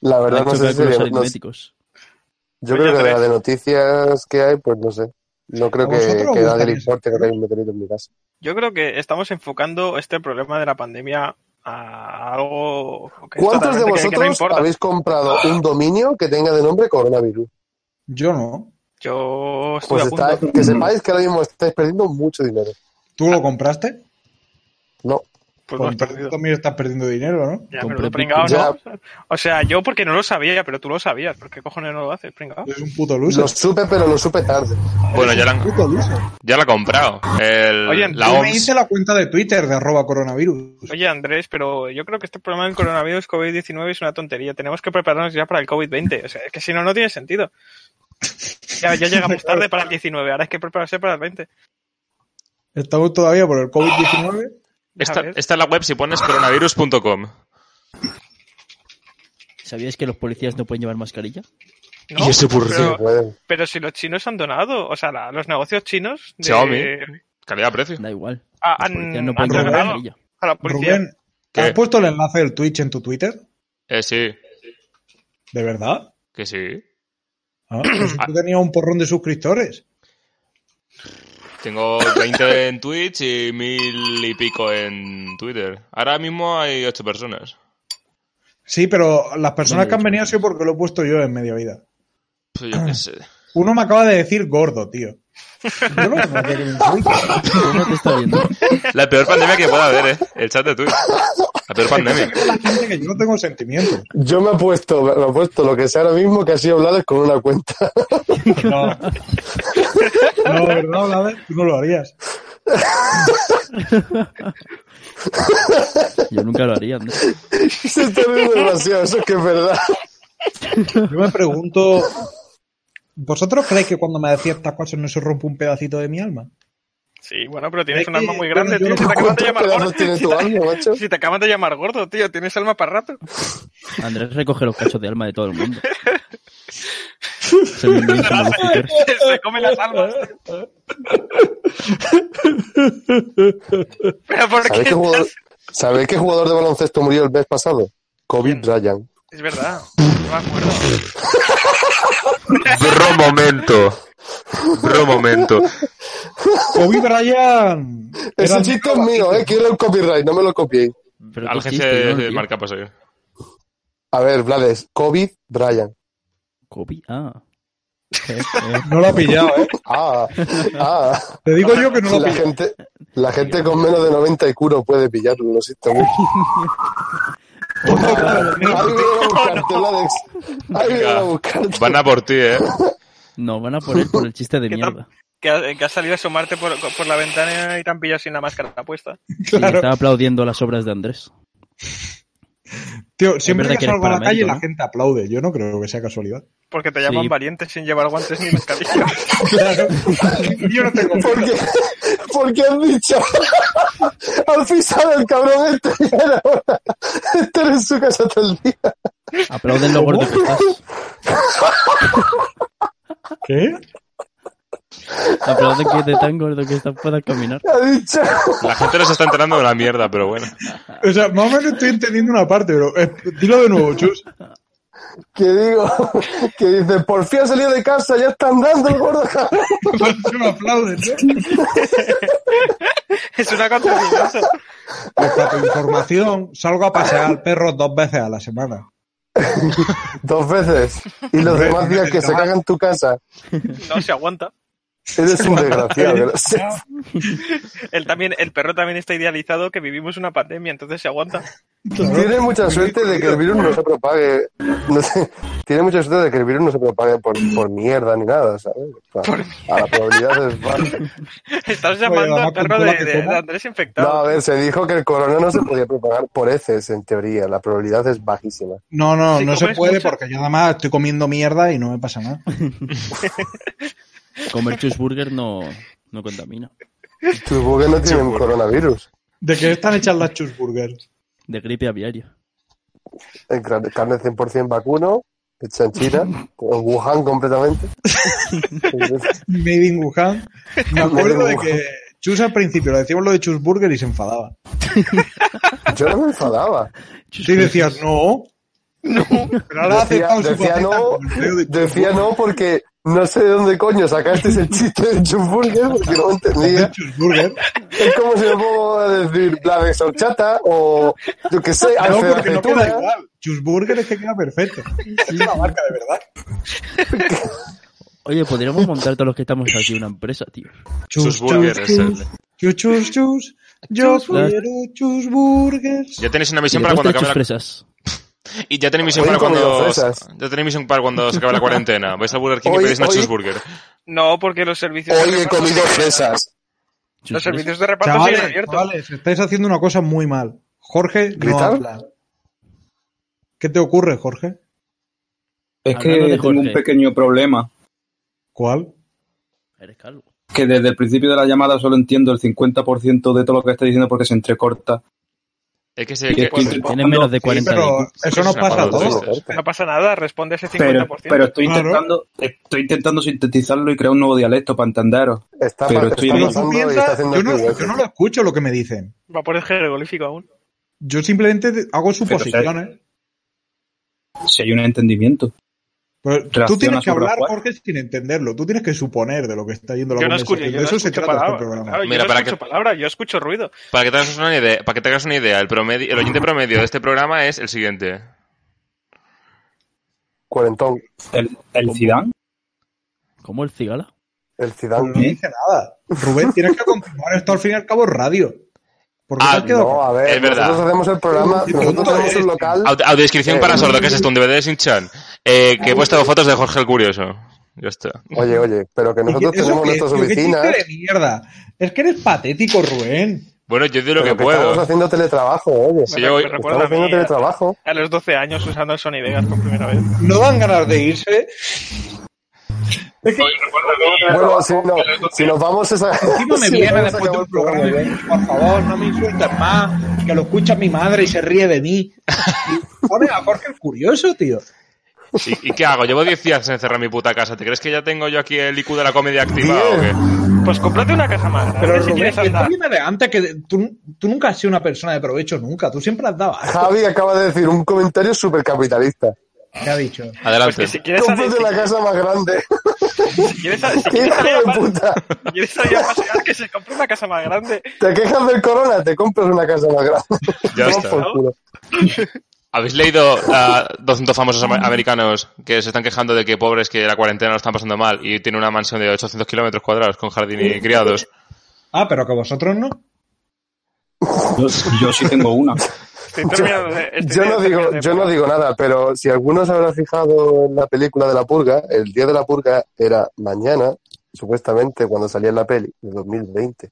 la Ha verdad no hecho sé si cálculos no- aritméticos. yo Pues ya creo que de sabéis. la de noticias que hay, pues no sé. No creo ¿A que, vosotros os que a nadie le gustaría importe que saber? haya un meteorito en mi casa. Yo creo que estamos enfocando este problema de la pandemia a algo que es ¿Cuántos de totalmente que- que, no vosotros importa. habéis comprado un dominio que tenga de nombre coronavirus? Yo no. Yo estoy Pues a punto. está, que sepáis que ahora mismo estáis perdiendo mucho dinero. ¿Tú lo compraste? No, Pues lo Pues has tú perdido. también estás perdiendo dinero, ¿no? Ya, Compré pero pringado, Bitcoin. ¿no? O sea, yo porque no lo sabía, pero tú lo sabías. ¿Por qué cojones no lo haces, pringado? Es un puto loser. lo supe, pero lo supe tarde. Bueno, ya la, Un han- puto loser. ya la ha comprado. El- Oye, la Yo me OMS. hice la cuenta de Twitter de arroba coronavirus. Oye, Andrés, pero yo creo que este problema del coronavirus COVID-19 es una tontería. Tenemos que prepararnos ya para el COVID-20. O sea, es que si no, no tiene sentido. Ya, ya llegamos tarde para el 19, ahora hay que prepararse para el 20. Estamos todavía por el COVID-19. Esta, esta es la web si pones coronavirus.com. ¿Sabíais que los policías no pueden llevar mascarilla? ¿Y eso por pero, qué? Bueno. pero si los chinos han donado, o sea, la- los negocios chinos de- Xiaomi. Calidad-precio. Da igual. Ah, han- policías no han pueden llevar regalado mascarilla. a la policía. Rubén, ¿te ¿has puesto el enlace del Twitch en tu Twitter? Eh, sí, ¿De verdad? que sí. Ah, pues tú tenías un porrón de suscriptores. Tengo 20 en Twitch y mil y pico en Twitter. Ahora mismo hay 8 personas. Sí, pero las personas ¿Dónde que han venido ha sido porque lo he puesto yo en media vida. Pues yo qué sé. Uno me acaba de decir gordo, tío. Yo no tengo que que me insulte. ¿Cómo te está viendo? La peor pandemia que pueda haber, ¿eh? El chat de Twitch. La peor pandemia. La gente que yo no tengo sentimientos. Yo me he puesto, me he puesto lo que sea ahora mismo que ha sido hablar con una cuenta. No. No, ¿verdad, Blades? Tú no lo harías. Yo nunca lo haría. ¿no? Se está riendo demasiado, eso es que es verdad. Yo me pregunto, ¿vosotros creéis que cuando me decís estas cosas no se rompe un pedacito de mi alma? Sí, bueno, pero tienes Es un alma que- muy bueno, grande, yo tío. no- Si te acaban de ¿Cuántos llamar gordo. pedazos tiene tu alma, macho? Si te acaban de llamar gordo, tío, tienes alma para rato. Pues Andrés recoge los cachos de alma de todo el mundo. Se lo inventa como los Hooters. Se come las almas. Pero por ¿Sabéis qué qué, jugador, sabéis qué jugador de baloncesto murió el mes pasado? Kobe Bryant. Es verdad, no me acuerdo. Bro momento. Bro momento. Kobe Bryant. Ese era- chiste es mío, eh. Quiero el copyright, no me lo copiéis. Pero Al tú jefe hiciste, ¿no, de tío? marca paseo. A ver, Vlades, Kobe Bryant. Kobe, ah. Eh, eh. No lo ha pillado, ¿eh? Ah, ah. Te digo yo que no lo La pillado. gente, la gente con menos de 90 y culo puede pillarlo, lo siento mucho. Ahí vienen a buscarte, Vlades. Ahí vienen a buscarte. Van a por ti, ¿eh? No, van a poner por el chiste de ¿Qué mierda. Que, ha- que has salido a asomarte por, por la ventana y te han pillado sin la máscara puesta. Sí, Claro. estaba aplaudiendo las obras de Andrés. Tío, siempre verdad que que eres salgo a la paramento, calle la ¿no? gente aplaude. Yo no creo que sea casualidad. Porque te llaman Sí. valiente sin llevar guantes ni mascarilla. Claro. Yo no tengo ¿Por qué? ¿Por qué han dicho? Al pisar el cabrón este ya era hora. Estar en su casa todo el día. Aplauden lo gordo que estás. ¿Qué? Aplauden que te tan gordo que estás puedas caminar. Ha dicho. La gente nos está enterando de la mierda, pero bueno. O sea, más o menos estoy entendiendo una parte, pero eh, dilo de nuevo, Chus. Que digo, que dice, por fin ha salido de casa, ya está andando el gordo cabrón. Yo no aplaude, ¿eh? ¿no? es una contaminación. Pues para tu información, salgo a pasear al perro dos veces a la semana. Dos veces. Y los demás días que se cagan en tu casa. No se aguanta. Eres un desgraciado. gracias. Él también, el perro también está idealizado que vivimos una pandemia, entonces se aguanta. Tiene mucha suerte de que el virus no se propague. No sé, tiene mucha suerte de que el virus no se propague por, por mierda ni nada, ¿sabes? O sea, a la probabilidad es baja. Estás Oye, llamando mamá, al perro controla de, que de- coma. de Andrés No, a infectado. ver, se dijo que el corona no se podía propagar por heces, en teoría. La probabilidad es bajísima. No, no, Si no se comes puede mucho- porque yo nada más estoy comiendo mierda y no me pasa nada. Comer cheeseburger no, no contamina. Supongo que no tienen coronavirus. ¿De qué están hechas las cheeseburgers? De gripe aviaria. En car- Carne 100% vacuno, hecha en China, en Wuhan completamente. Made in Wuhan. Me acuerdo de que Chus al principio le decíamos lo de cheeseburger y se enfadaba. Yo no me enfadaba. Sí, decías, no. No. Pero ahora ha Decía, aceptado su decía faceta no, como el feo de decía no porque no sé de dónde coño sacaste ese chiste de cheeseburger porque no lo entendía. cheeseburger. Es como si me pongo a decir la de sorchata o yo qué sé, No, porque no alfeaceituna. queda igual. Cheeseburger es que queda perfecto. Es una marca de verdad. Oye, podríamos montar todos los que estamos aquí una empresa, tío. Sus burgers. el- Chus, chus, chus. Yo Las- quiero cheeseburgers. Ya tenéis una Y misión para después cuando te echas acabe la... fresas. Y ya tenéis misión Hoy he para comido cuando... fresas. Ya tenéis misión para cuando se acabe la cuarentena. Vais al Burger King y Hoy- pedís una hoy- cheeseburger. No, porque los servicios Hoy de he reparto, comido fresas. Cheeseburger. los servicios de reparto siguen Chavales, abiertos. chavales, estáis haciendo una cosa muy mal. Jorge, no ¿Gritar? habla. ¿Qué te ocurre, Jorge? Es que Hablando de tengo un Jorge. pequeño problema. ¿Cuál? Eres calvo. que desde el principio de la llamada solo entiendo el 50% de todo lo que está diciendo porque se entrecorta. Es que Y se. es que estoy Tiene menos de 40 pero eso no pasa a todos. No pasa nada, responde ese 50%. Pero, pero estoy Claro. intentando estoy intentando sintetizarlo y crear un nuevo dialecto para entenderos. Está, Pero pero estoy- está Pero Pero pasando tú y piensas- está haciendo ¿eh? yo, no, equivoques. yo no lo escucho lo que me dicen. Va por el jeroglífico aún. Yo simplemente te- hago ¿eh? suposiciones. Si hay un entendimiento. Pero tú relaciona tienes que sobre la hablar, cual- Jorge, sin entenderlo. Tú tienes que suponer de lo que está yendo la Yo no escucho, conversación. yo de no eso se escucho trata este palabras. programa. claro, yo Mira, no para escucho que- palabras, yo escucho ruido. Para que te hagas una idea, para que te hagas una idea, el, promedio, el oyente promedio de este programa es el siguiente. Cuarentón. El, el Zidane, ¿Cómo el cigala? El Pero Zidane. no ¿eh? dice nada. Rubén, tienes que continuar esto al fin y al cabo es radio. Porque Ah, te has quedado No, a ver, Es verdad. nosotros hacemos el programa, Sí, nosotros sí, tenemos sí. un local. Aud- Audiodescripción Eh, para sordo, que es esto? Un DVD de Shin-Chan. Eh, que he puesto fotos de Jorge el Curioso. Ya está. Oye, oye, pero que ¿Y qué- nosotros eso tenemos qué es, nuestras tío? ¿Qué oficinas, chiste de mierda? Es que eres patético, Rubén. Bueno, yo digo lo pero que, que, estamos puedo. haciendo teletrabajo, oye. Sí, yo- recuerda estamos a haciendo mí, teletrabajo. A los 12 años usando el Sony Vegas por primera vez. ¿No dan ganas de irse? Es que Bueno, si, no, si nos vamos esa... encima me si viene nos vamos a después de acabar un el programa, programa y me ya. dice, por favor, no me insultes más, que lo escucha mi madre y se ríe de mí. Y Pone a Jorge el curioso, tío. ¿Y, y qué hago? Llevo 10 días encerrado en mi puta casa. ¿Te crees que ya tengo yo aquí el IQ de la comedia activado o qué? Pues cómprate una casa más. grande Pero si Rubén, quieres que esto andar. viene de antes, que tú, tú nunca has sido una persona de provecho, nunca. Tú siempre has dado asco. Javi acaba de decir un comentario supercapitalista. ¿Qué ha dicho? Pues Adelante. que si quieres salir, Cómprate la casa más grande. si quieres, salir- si ¡Qué quieres hijo salir a de pas- puta! si quieres salir a pasear, que se compre una casa más grande. ¿Te quejas del corona? Te compras una casa más grande. Ya Toma está. por culo. ¿Habéis leído a 200 famosos ama- americanos que se están quejando de que pobres que la cuarentena lo están pasando mal y tienen una mansión de 800 kilómetros cuadrados con jardín y criados? Ah, pero que vosotros no. yo, yo sí tengo una. Estoy terminando de- estoy Yo de- no digo, terminando de- yo no digo nada, pero si alguno se habrá fijado en la película de la purga, el día de la purga era mañana, supuestamente cuando salía la peli, de 2020.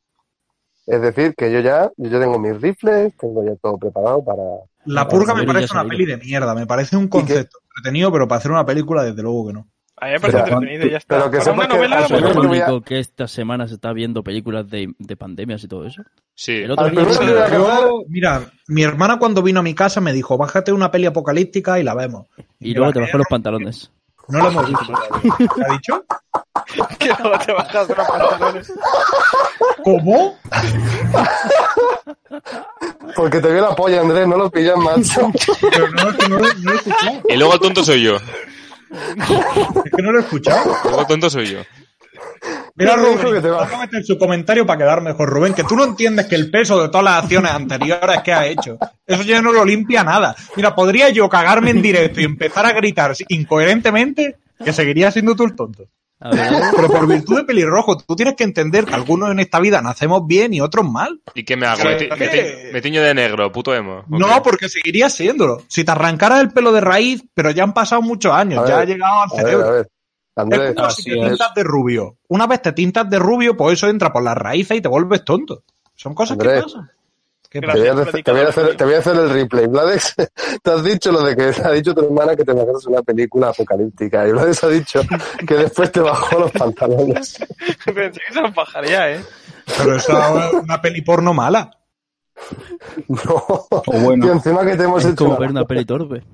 Es decir, que yo ya, yo ya tengo mis rifles, tengo ya todo preparado para... La Bueno, purga me Rodrigo parece ya ha una peli salido. de mierda, me parece un concepto entretenido, pero para hacer una película, desde luego que no. A mí me parece Pero- entretenido y ya está. pero que Para sepas una que novela, al bueno, ¿Pero el primero que voy a- único que esta semana se está viendo películas de, de pandemias y todo eso? Sí. El otro Al día primero que vi- voy a acabar, Yo, mira, mi hermana cuando vino a mi casa me dijo, bájate una peli apocalíptica y la vemos. y luego te bajas los pantalones. No lo hemos visto. todavía. ¿Ha dicho? que no te bajas de los pantalones. ¿Cómo? porque te vio la polla, Andrés, no lo pillas, macho. Pero no, es que no, no lo he escuchado. Y luego el tonto soy yo. Es que no lo he escuchado. Luego el tonto soy yo. Mira, No me dijo Rubén, que te va. voy a meter su comentario para quedar mejor, Rubén, que tú no entiendes que el peso de todas las acciones anteriores que ha hecho, eso ya no lo limpia nada. Mira, podría yo cagarme en directo y empezar a gritar incoherentemente que seguiría siendo tú el tonto. A ver, Pero por virtud de pelirrojo, tú tienes que entender que algunos en esta vida nacemos bien y otros mal. ¿Y qué me hago? ¿Me, ti- me ti- me tiño de negro, puto emo? ¿O qué? No, porque seguiría siéndolo. Si te arrancaras el pelo de raíz, pero ya han pasado muchos años, A ya ver, ha llegado al A ver, a cerebro. ver. Andrés, es como si así te es. tintas de rubio. Una vez te tintas de rubio, pues eso entra por las raíces y te vuelves tonto. Son cosas Andrés. que pasan. ¿Qué te pasa? voy, a, Gracias, hacer- te voy a hacer, platicador te voy a hacer el replay. Blades, te has dicho lo de que ha dicho tu hermana que te bajas una película apocalíptica. Y Blades ha dicho que después te bajó los pantalones. Pensé que se lo bajaría, ¿eh? Pero eso es una peli porno mala. No. O bueno. Tío, encima que te hemos es hecho como una- ver una peli torpe.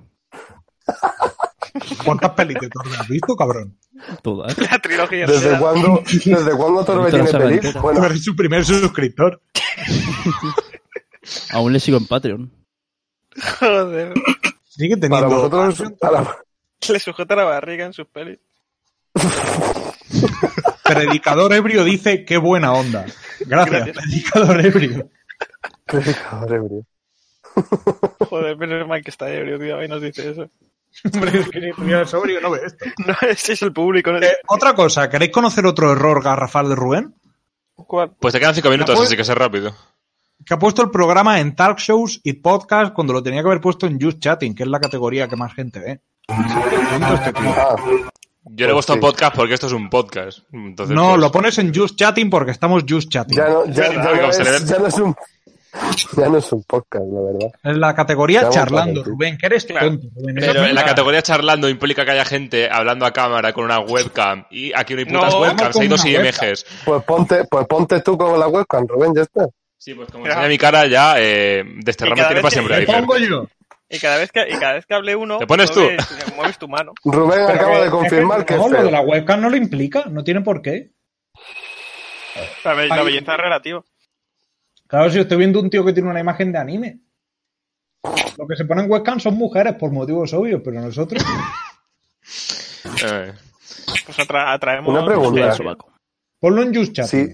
¿Cuántas pelis de torno has visto, cabrón? Todas. La trilogía ¿Desde entera. cuándo, ¿Desde cuándo Visto Torbe la tiene saga pelis? entera. Bueno, Pero es su primer suscriptor. Aún le sigo en Patreon. Joder. Sigue para teniendo. vosotros, para- Le sujeta la barriga en sus pelis. Predicador ebrio dice qué buena onda. Gracias, Gracias. predicador ebrio. Joder, bro. Joder, menos mal que está ebrio, tío. Ahí nos dice eso. Hombre, es que ni tuviera sobrio, no ve esto. No, ese es el público. No Eh, otra cosa, ¿queréis conocer otro error garrafal de Rubén? ¿Cuál? Pues te quedan 5 minutos, ¿Puedo? así que sé rápido. Que ha puesto el programa en talk shows y podcast cuando lo tenía que haber puesto en Just Chatting, que es la categoría que más gente ve. Ah, Yo le he Pues puesto sí. podcast porque esto es un podcast. Entonces, No, pues, lo pones en Just Chatting porque estamos Just Chatting. ya no, ya, verdad, ya no como se le es, ve- ya no es un. Ya no es un podcast, la verdad. Es la categoría Estamos charlando, para Rubén, que eres tonto, Rubén. Eso es Pero en la verdad. categoría charlando implica que haya gente hablando a cámara con una webcam. Y aquí no hay putas No, webcams, con hay dos una IMGs. Pues ponte, pues ponte tú con la webcam, Rubén, ya está. Sí, pues como enseña mi cara ya, eh, desterrarme Y cada vez tiene para que- siempre. me Me Aitor. pongo yo. Y cada vez que, y cada vez que hable uno, ¿Te pones tú? mueves- mueves tu mano. Rubén Pero acaba que- de confirmar que, no, es lo de feo. la webcam no lo implica, no tiene por qué. La, be- la Ahí. belleza es relativa. Claro, si estoy viendo un tío que tiene una imagen de anime. Lo que se pone en webcam son mujeres por motivos obvios, pero nosotros. Eh, Pues atra- atraemos. Una Sube el pregunta. sobaco. Ponlo en Just Chat. Sí.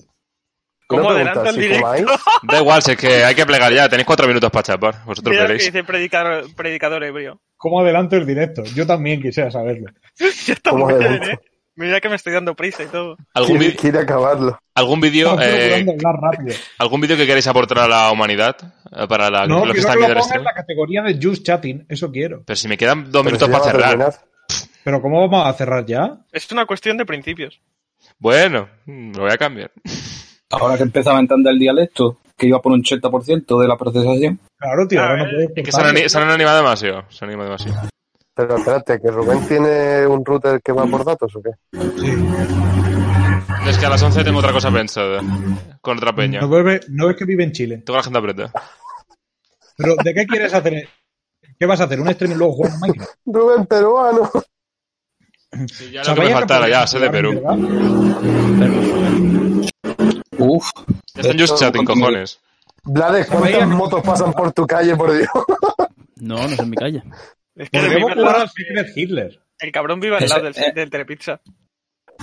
¿Cómo Una adelanta pregunta, el si directo? comáis, Da igual, si es que hay que plegar ya. Tenéis cuatro minutos para chapar. Vosotros Mira lo que veréis. dice predicador, predicador hebrío. ¿Cómo adelanto el directo? Yo también quisiera saberlo. Ya está ¿Cómo muy bien, adelanta? ¿eh? Mira que me estoy dando prisa y todo. ¿Algún, quiere, vi- quiere acabarlo. algún vídeo Estamos eh, procurando hablar rápido. algún vídeo que queréis aportar a la humanidad? eh, para la, No, los quiero que están que lo viendo el ponga en stream. la categoría de Just Chatting, eso quiero. Pero si me quedan Pero dos si minutos ya para va a cerrar. terminar. Pero ¿cómo vamos a cerrar ya? Es una cuestión de principios. Bueno, mm, lo voy a cambiar. Ahora que empezaba a entender el dialecto, que iba por un 80% de la procesación. Claro, tío, A ahora no ver, puedes Es que se han, cortarlo. ani- se han animado demasiado. Se han animado demasiado. Pero espérate, ¿que Rubén tiene un router que va por datos o qué? No, Es que a las 11 tengo otra cosa pensada. Con otra peña. No, bebe- no es que vive en Chile. Tengo la agenda apretada. Pero ¿de qué quieres hacer? ¿Qué vas a hacer? ¿Un stream y luego jugar a Minecraft? Rubén peruano. Sí, ya lo que Sabía me faltara, podías ya, soy de jugar, Perú. ¿verdad? Uf, Ya están just chatting, cojones. Blades, ¿cuántas motos pasan por tu calle, por Dios? No, no es en mi calle. Es que vive Podríamos al lado- jugar al Secret Hitler. el cabrón vive al Ese- lado del, eh. del Telepizza.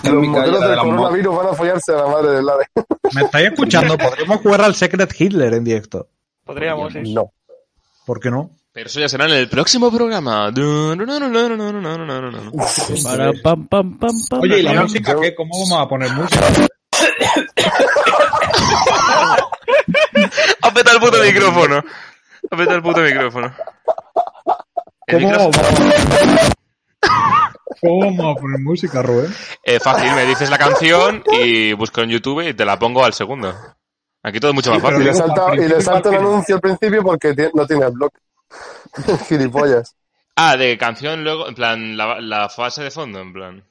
en Los mi calle modelos la de del las motos. coronavirus van a follarse a la madre de Blades. ¿Me estáis escuchando? Podríamos jugar al Secret Hitler en directo. Podríamos ir. No. ¿Por qué no? Pero eso ya será en el próximo programa. Du- no, no, no, no, no, no, no, no, no, no, no. Para pam, pam, pam, pam. Oye, ¿y la Yo- música yo- qué? ¿Cómo vamos a poner música? Apeta el puto micrófono. Apeta el puto micrófono. El ¿Cómo micrófono. vamos a ¿Cómo vamos a poner música, Rubén? Eh, fácil, me dices la canción y busco en YouTube y te la pongo al segundo. Aquí todo es mucho más pero- Y fácil. le salta, y le salta un Al principio. anuncio al principio porque ti- no tiene el blog. Gilipollas. Ah, de canción luego, en plan, la, la fase de fondo, en plan.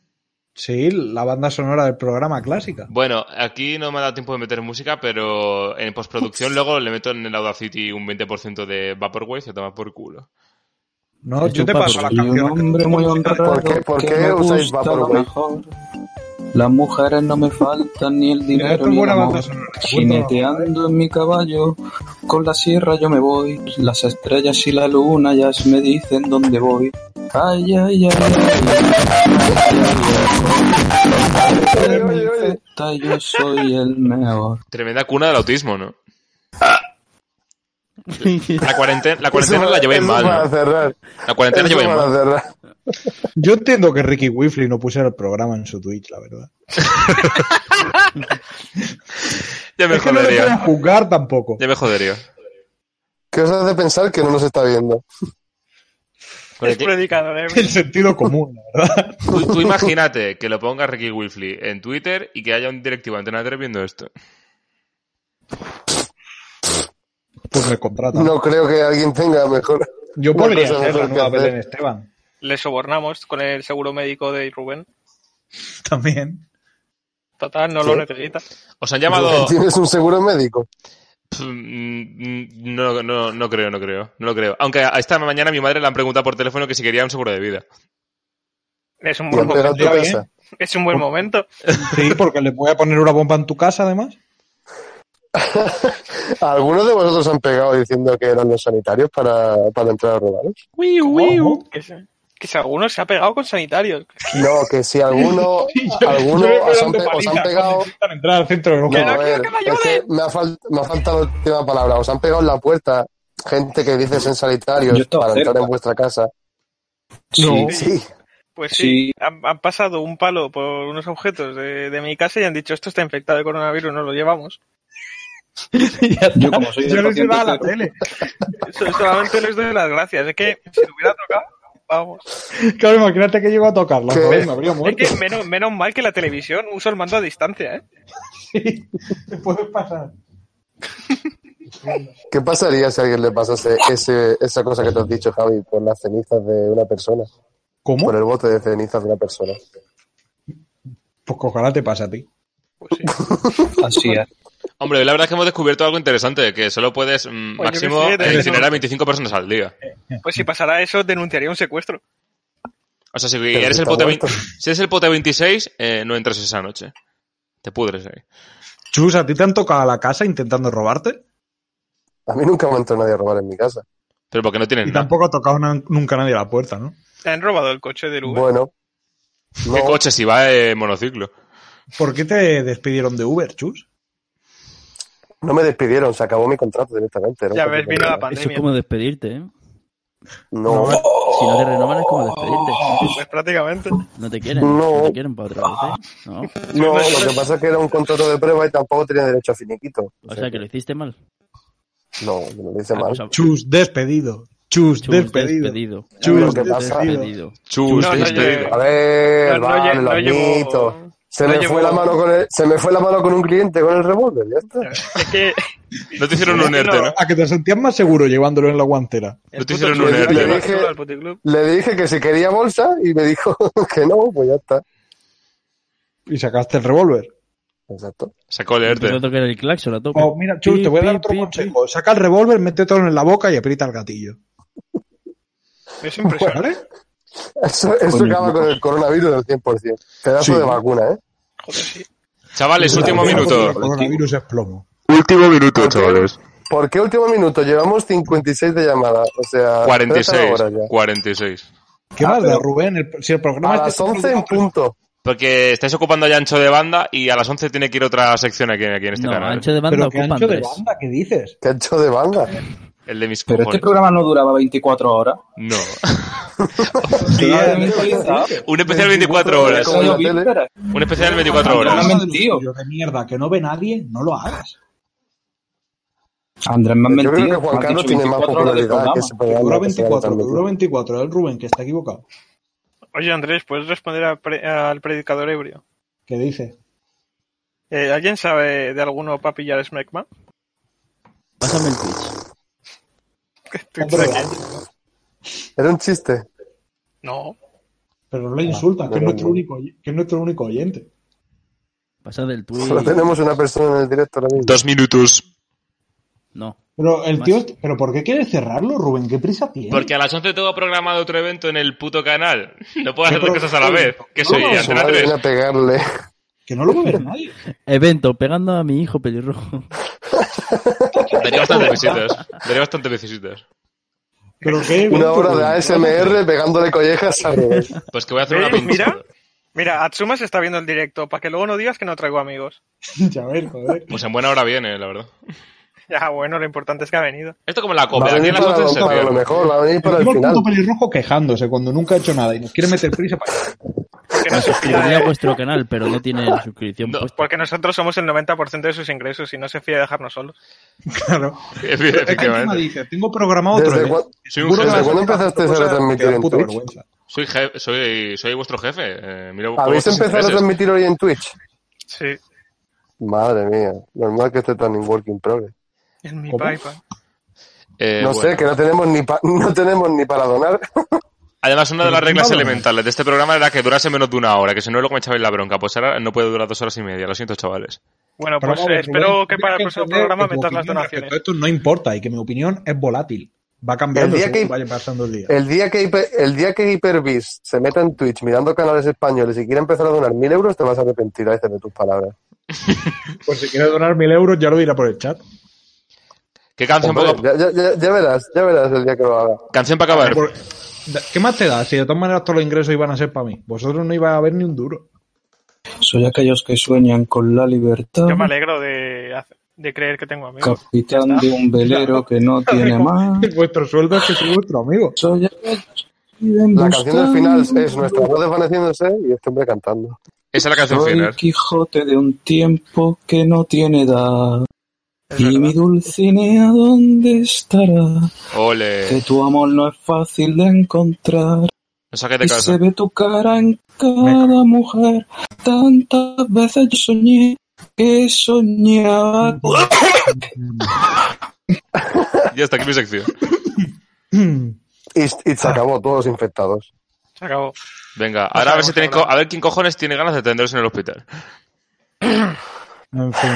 Sí, la banda sonora del programa clásica. Bueno, aquí no me ha dado tiempo de meter música, pero en postproducción luego le meto en el Audacity un 20% de Vaporwave y se toma por culo. No, Es yo un te paso papo. la Y un canción. este hombre muy honrado ¿Por qué- por que qué me usáis gusta lo Vaporwave? mejor. Las mujeres no me faltan ni el Mira, esto dinero es ni el buena banda amor. sonora. Jineteando en mi caballo, con la sierra yo me voy. Las estrellas y la luna ya me dicen dónde voy. Ay, ay, ay, ay. Oye, oye, oye. Perfecta, yo soy el mejor. Tremenda cuna del autismo, ¿no? La cuarentena la, cuarentena Eso- la llevé eso mal, Para ¿no? cerrar. La cuarentena la Eso llevé para mal. cerrar. Yo entiendo que Ricky Whiffley no pusiera el programa en su Twitch, la verdad. Ya me es que no le pueden jodería. juzgar tampoco. Ya me jodería. ¿Qué os hace pensar que no nos está viendo? Porque Es ¿eh? predicador hebrío. El sentido común, la verdad. tú, tú imagínate que lo ponga Ricky Wilfley en Twitter y que haya un directivo de Antena 3 viendo esto. Pues me contratan. No creo que alguien tenga mejor. Yo Una podría cosa ser la mejor que nueva hacer. Belén Esteban. Le sobornamos con el seguro médico de Rubén. También. Total, no Sí. lo necesita. Os han llamado... ¿Tienes un seguro médico? Pff, mm, mm, No, no, no creo, no creo. No lo creo. Aunque a esta mañana mi madre le han preguntado por teléfono que si quería un seguro de vida. Es un Y buen han pegado a momento. tu casa. Es un buen momento. Sí, porque le voy a poner una bomba en tu casa, además. Algunos de vosotros han pegado diciendo que eran los sanitarios para, para entrar a robaros. ¿Cómo? Que, se- que si alguno se ha pegado con sanitarios. No, que si alguno, Yo- alguno yo me os, estoy han, dando pe- os han palizas pegado. cuando intentan entrar al centro del No, juego. a ver, es que me ha, fal- me ha faltado la última palabra. Os han pegado en la puerta gente que dice ser Yo sanitarios estaba para entrar cerca. en vuestra casa. Sí, Sí, Pues sí, Sí. Han, han pasado un palo por unos objetos de, de mi casa y han dicho, esto está infectado de coronavirus, no lo llevamos. yo como soy Yo el no se paciente va a la cero, tele. So- Solamente les doy las gracias. Es que si lo hubiera tocado, vamos. Claro, imagínate que llego a tocarla. ¿Qué? joder, me habría Es muerto. que menos, menos mal que la televisión usa el mando a distancia, ¿eh? Te puede pasar. ¿Qué pasaría si a alguien le pasase ese, esa cosa que te has dicho, Javi, por las cenizas de una persona? ¿Cómo? Por el bote de cenizas de una persona. Pues ojalá te pase a ti. Pues Así es. Hombre, la verdad es que hemos descubierto algo interesante, que solo puedes mm, Oye, máximo que sí, de- incinerar a 25 personas al día. Pues si pasara eso, denunciaría un secuestro. O sea, si si eres, está el pote muerto. 20 si eres el pote 26, eh, no entras esa noche. Te pudres ahí. Chus, ¿a ti te han tocado a la casa intentando robarte? Eh, A mí nunca me ha entrado nadie a robar en mi casa. Pero porque no tienes Y nada. tampoco ha tocado na- nunca nadie a la puerta, ¿no? Te han robado el coche del Uber. Bueno. ¿Qué no, coche si va en monociclo? ¿Por qué te despidieron de Uber, Chus? no me despidieron, se acabó mi contrato directamente. era un ya ves, contrato vino la temporal. Eso es pandemia. como despedirte, ¿eh? No, Si no te renovan es como despedirte. Pues prácticamente. No te quieren. No. No, te quieren para otra vez, ¿eh? No. no, lo que pasa es que era un contrato de prueba y tampoco tenía derecho a finiquito. O sea que lo hiciste mal. No, yo no lo hice Ah, mal. pues, Chus, despedido. Chus, chus, despedido. despedido. Chus, Lo que pasa- despedido. Chus, No, no, despedido. yo- A No, ver, no vale, lle- lo no llevo- admito. se, no me llevo- fue la mano con el- se me fue la mano con un cliente con el revólver, ya está. Es que No te hicieron un No, ERTE, ¿no? A que te sentías más seguro llevándolo en la guantera. No el te puto hicieron club, un le- ERTE, le ¿no? dije- al puticlub. Le dije que si quería bolsa y me dijo que no, pues ya está. Y sacaste el revólver. Exacto. Sacó el Empezó a ERTE. tocar el claxon a tope. Oh, mira, Chus, te voy a dar Pi, otro pi, pi. consejo. Saca el revólver, métetelo en la boca y aprieta el gatillo. Es impresionante. ¿Vale? Eso, eso Coño. acaba con el coronavirus al 100%. Pedazo Sí. de vacuna, ¿eh? Joder, sí. Chavales, último Claro, minuto. El coronavirus es plomo. Último minuto, ¿Por qué? ¿Por qué último minuto? Llevamos 56 de llamada. O sea, 46. 46. horas ya. 46. ¿Qué Ah, más da, pero- Rubén? El- si el programa este A es de- las 11 en punto. Porque estáis ocupando ya ancho de banda y a las 11 tiene que ir otra sección aquí, aquí en este No, canal. ancho de banda Pero qué ocupan ancho de tres. banda, ¿qué dices? ¿Qué ha hecho de banda? El de mis Pero cojones. este programa no duraba 24 horas. No. Todavía no he actualizado. Un especial 24 horas. Como en la tele. Vísperas. Un especial 24 No horas. me Programa han de los mentido. tuyos De mierda, que no ve nadie, no lo hagas. Andrés me Yo ha creo mentido. que Juan me has Carlos dicho tiene más 24 horas popularidad de que programa. ese Que programa. dura que se va a 24, que transmitir. dura 24. El Rubén, que está equivocado. Oye, Andrés, ¿puedes responder al pre- al predicador ebrio? ¿Qué dice? Eh, ¿Alguien sabe de alguno para pillar Smegma? Pásame el Twitch. Hombre, Era un chiste. No. pero no le insulta, que es Ah, pero nuestro no. único, oy- que es nuestro único oyente. Pasa del Solo Twitch. tenemos una persona en el directo ahora mismo. Dos minutos. No. Pero el Más. tío, pero ¿por qué quiere cerrarlo, Rubén? ¿Qué prisa tiene? Porque a las 11 tengo programado otro evento en el puto canal. No puedo hacer dos Pero- cosas a la vez. ¿Qué soy? Su ¿Antena madre 3? viene a pegarle. Que no lo va a ver nadie. Evento, pegando a mi hijo pelirrojo. Daría bastantes visitas. Daría bastantes visitas. Pero qué Una evento, hora de Rubén? ASMR pegándole collejas a Rubén. Pues que voy a hacer una ¿Ves? Mira. pintura. Mira, Atsuma se está viendo el directo, para que luego no digas que no traigo amigos. Ya ver, joder. Pues en buena hora viene, la verdad. Ya, bueno, lo importante es que ha venido. Esto como la Va copia. a Aquí en venir las para, 11 se para lo cierra. mejor, va a venir para el Encima el final. punto pelirrojo quejándose cuando nunca ha hecho nada y nos quiere meter prisa para Porque, no se fía Suscribiría a de- vuestro canal, pero no tiene la suscripción No, puesta. porque nosotros somos el 90% de sus ingresos y no se fía de dejarnos solos. Claro. Pero es que encima Efectivamente. dice, tengo programado otro ¿eh? ¿Desde, evento. cua- Soy, un Seguro que jefe. vas cuándo estar haciendo empezasteis a cosas que transmitir te dan en puta Twitch? vergüenza. Soy, jefe- soy, soy vuestro jefe. Eh, mira, por ¿Habéis vuestros empezado a intereses. transmitir hoy en Twitch? Sí, Madre mía, normal que esté tan en work in progress. en mi ¿Cómo? PayPal. Eh, No bueno. sé, que no tenemos ni pa- no tenemos ni para donar. Además, una de las Pero reglas nada. elementales de este programa era que durase menos de una hora, que si no luego me echabais la bronca. Pues ahora no puede durar dos horas y media. Lo siento, chavales. Bueno, Pero pues vamos, eh, espero Rubén, que para el tienes próximo entender programa que tu metas las opinión respecto donaciones. a Esto no importa y que mi opinión es volátil. Va cambiando El día según que- vaya pasando el día. El día que Hiper- el día que Hyperbeast se meta en Twitch mirando canales españoles y quiera empezar a donar mil euros, te vas a arrepentir a veces de tus palabras. Pues si quieres donar mil euros, ya lo dirá por el chat. ¿Qué canción, Hombre, poca- ya, ya- ya- ya verás, ya verás el día que lo haga. canción para acabar? Por- da- ¿Qué más te da? Si de todas maneras todos los ingresos iban a ser para mí. Vosotros no iba a haber ni un duro. Soy aquellos que sueñan con la libertad. Yo me alegro de, hace- de creer que tengo amigos. Ya Capitán está. de un velero que no tiene más. Vuestro sueldo es que soy vuestro amigo. Soy aquellos que viven La canción del final es buscando. nuestra voz desvaneciéndose y este hombre cantando. Esa es la canción Soy final. Quijote de un tiempo que no tiene edad. Es Y mi verdad. Dulcinea, ¿dónde estará? Que Ole. tu amor no es fácil de encontrar. No saques de Y se casa. ve tu cara en cada mujer. Tantas veces yo soñé que soñaba. Ya está aquí mi sección. Y, y Ah. se acabó, todos infectados. Se acabó. Venga, ahora a ver si tenéis co- a ver quién cojones tiene ganas de atenderse en el hospital. En fin.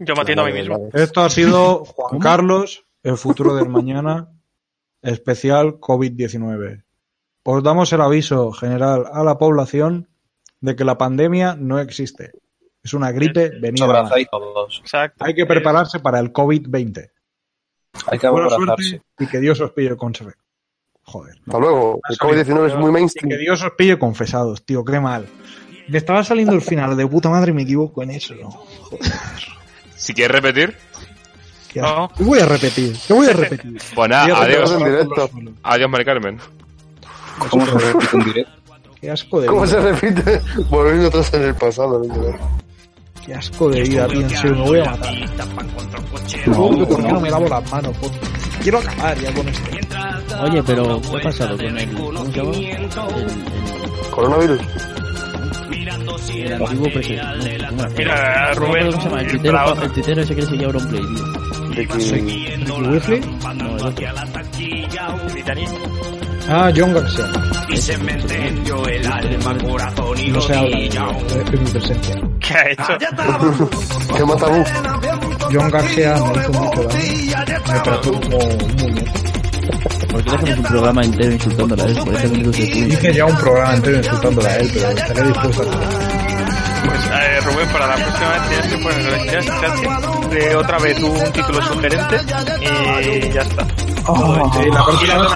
Yo me atiendo a mí mismo. Esto ha sido Juan Carlos, el futuro del mañana, especial COVID-19. Os damos el aviso general a la población de que la pandemia no existe. Es una gripe venida. Os a más. abrazáis todos. Exacto. Hay que prepararse para el COVID-20. Hay que Buena abrazarse. suerte y que Dios os pille con Joder. Hasta luego. El COVID-19 es muy Y que mainstream. Dios os pille confesados, tío, qué mal. Me estaba saliendo el final de puta madre y me equivoco en eso. Si quieres repetir, ¿Qué No. asco. ¿Qué voy a repetir? ¿Qué voy a repetir? pues nada, Tío, te vas adiós. en directo. Adiós, Mari Carmen. ¿Cómo se repite en directo? Qué asco de ¿Cómo vida. se repite? Volviendo atrás en el pasado. ¿no? Qué asco de vida, tío. En serio, me voy a matar. Eh, Supongo que ¿Por qué no me lavo las manos? por- Quiero acabar ya con esto. Oye, pero ¿qué ha pasado con el, ¿cómo se llama? El, Coronavirus. el- el antiguo presidente? No, no, no. Mira, No me Rubén, acuerdo cómo se llama, el el tuitero, bravo. el tuitero ese que le seguía a Auronplay, tío. Ricky- Ricky Whitley. No, el otro. Ah, John Garcia. No se habla. de ello, Es mi presencia. ¿Qué ha Ah, hecho? ¿Qué más tabú? John Garcia me hizo mucho daño. Me trató como un muñeco. ¿Por qué le hacemos un programa entero insultándola a él? Por eso lo único que se puede. Hice ya un programa entero insultándola a él, pero estaré dispuesto a todo. Pues eh, Rubén, para la próxima vez tienes que poner en el chat, chat de otra vez un título sugerente y ya está. Y la próxima-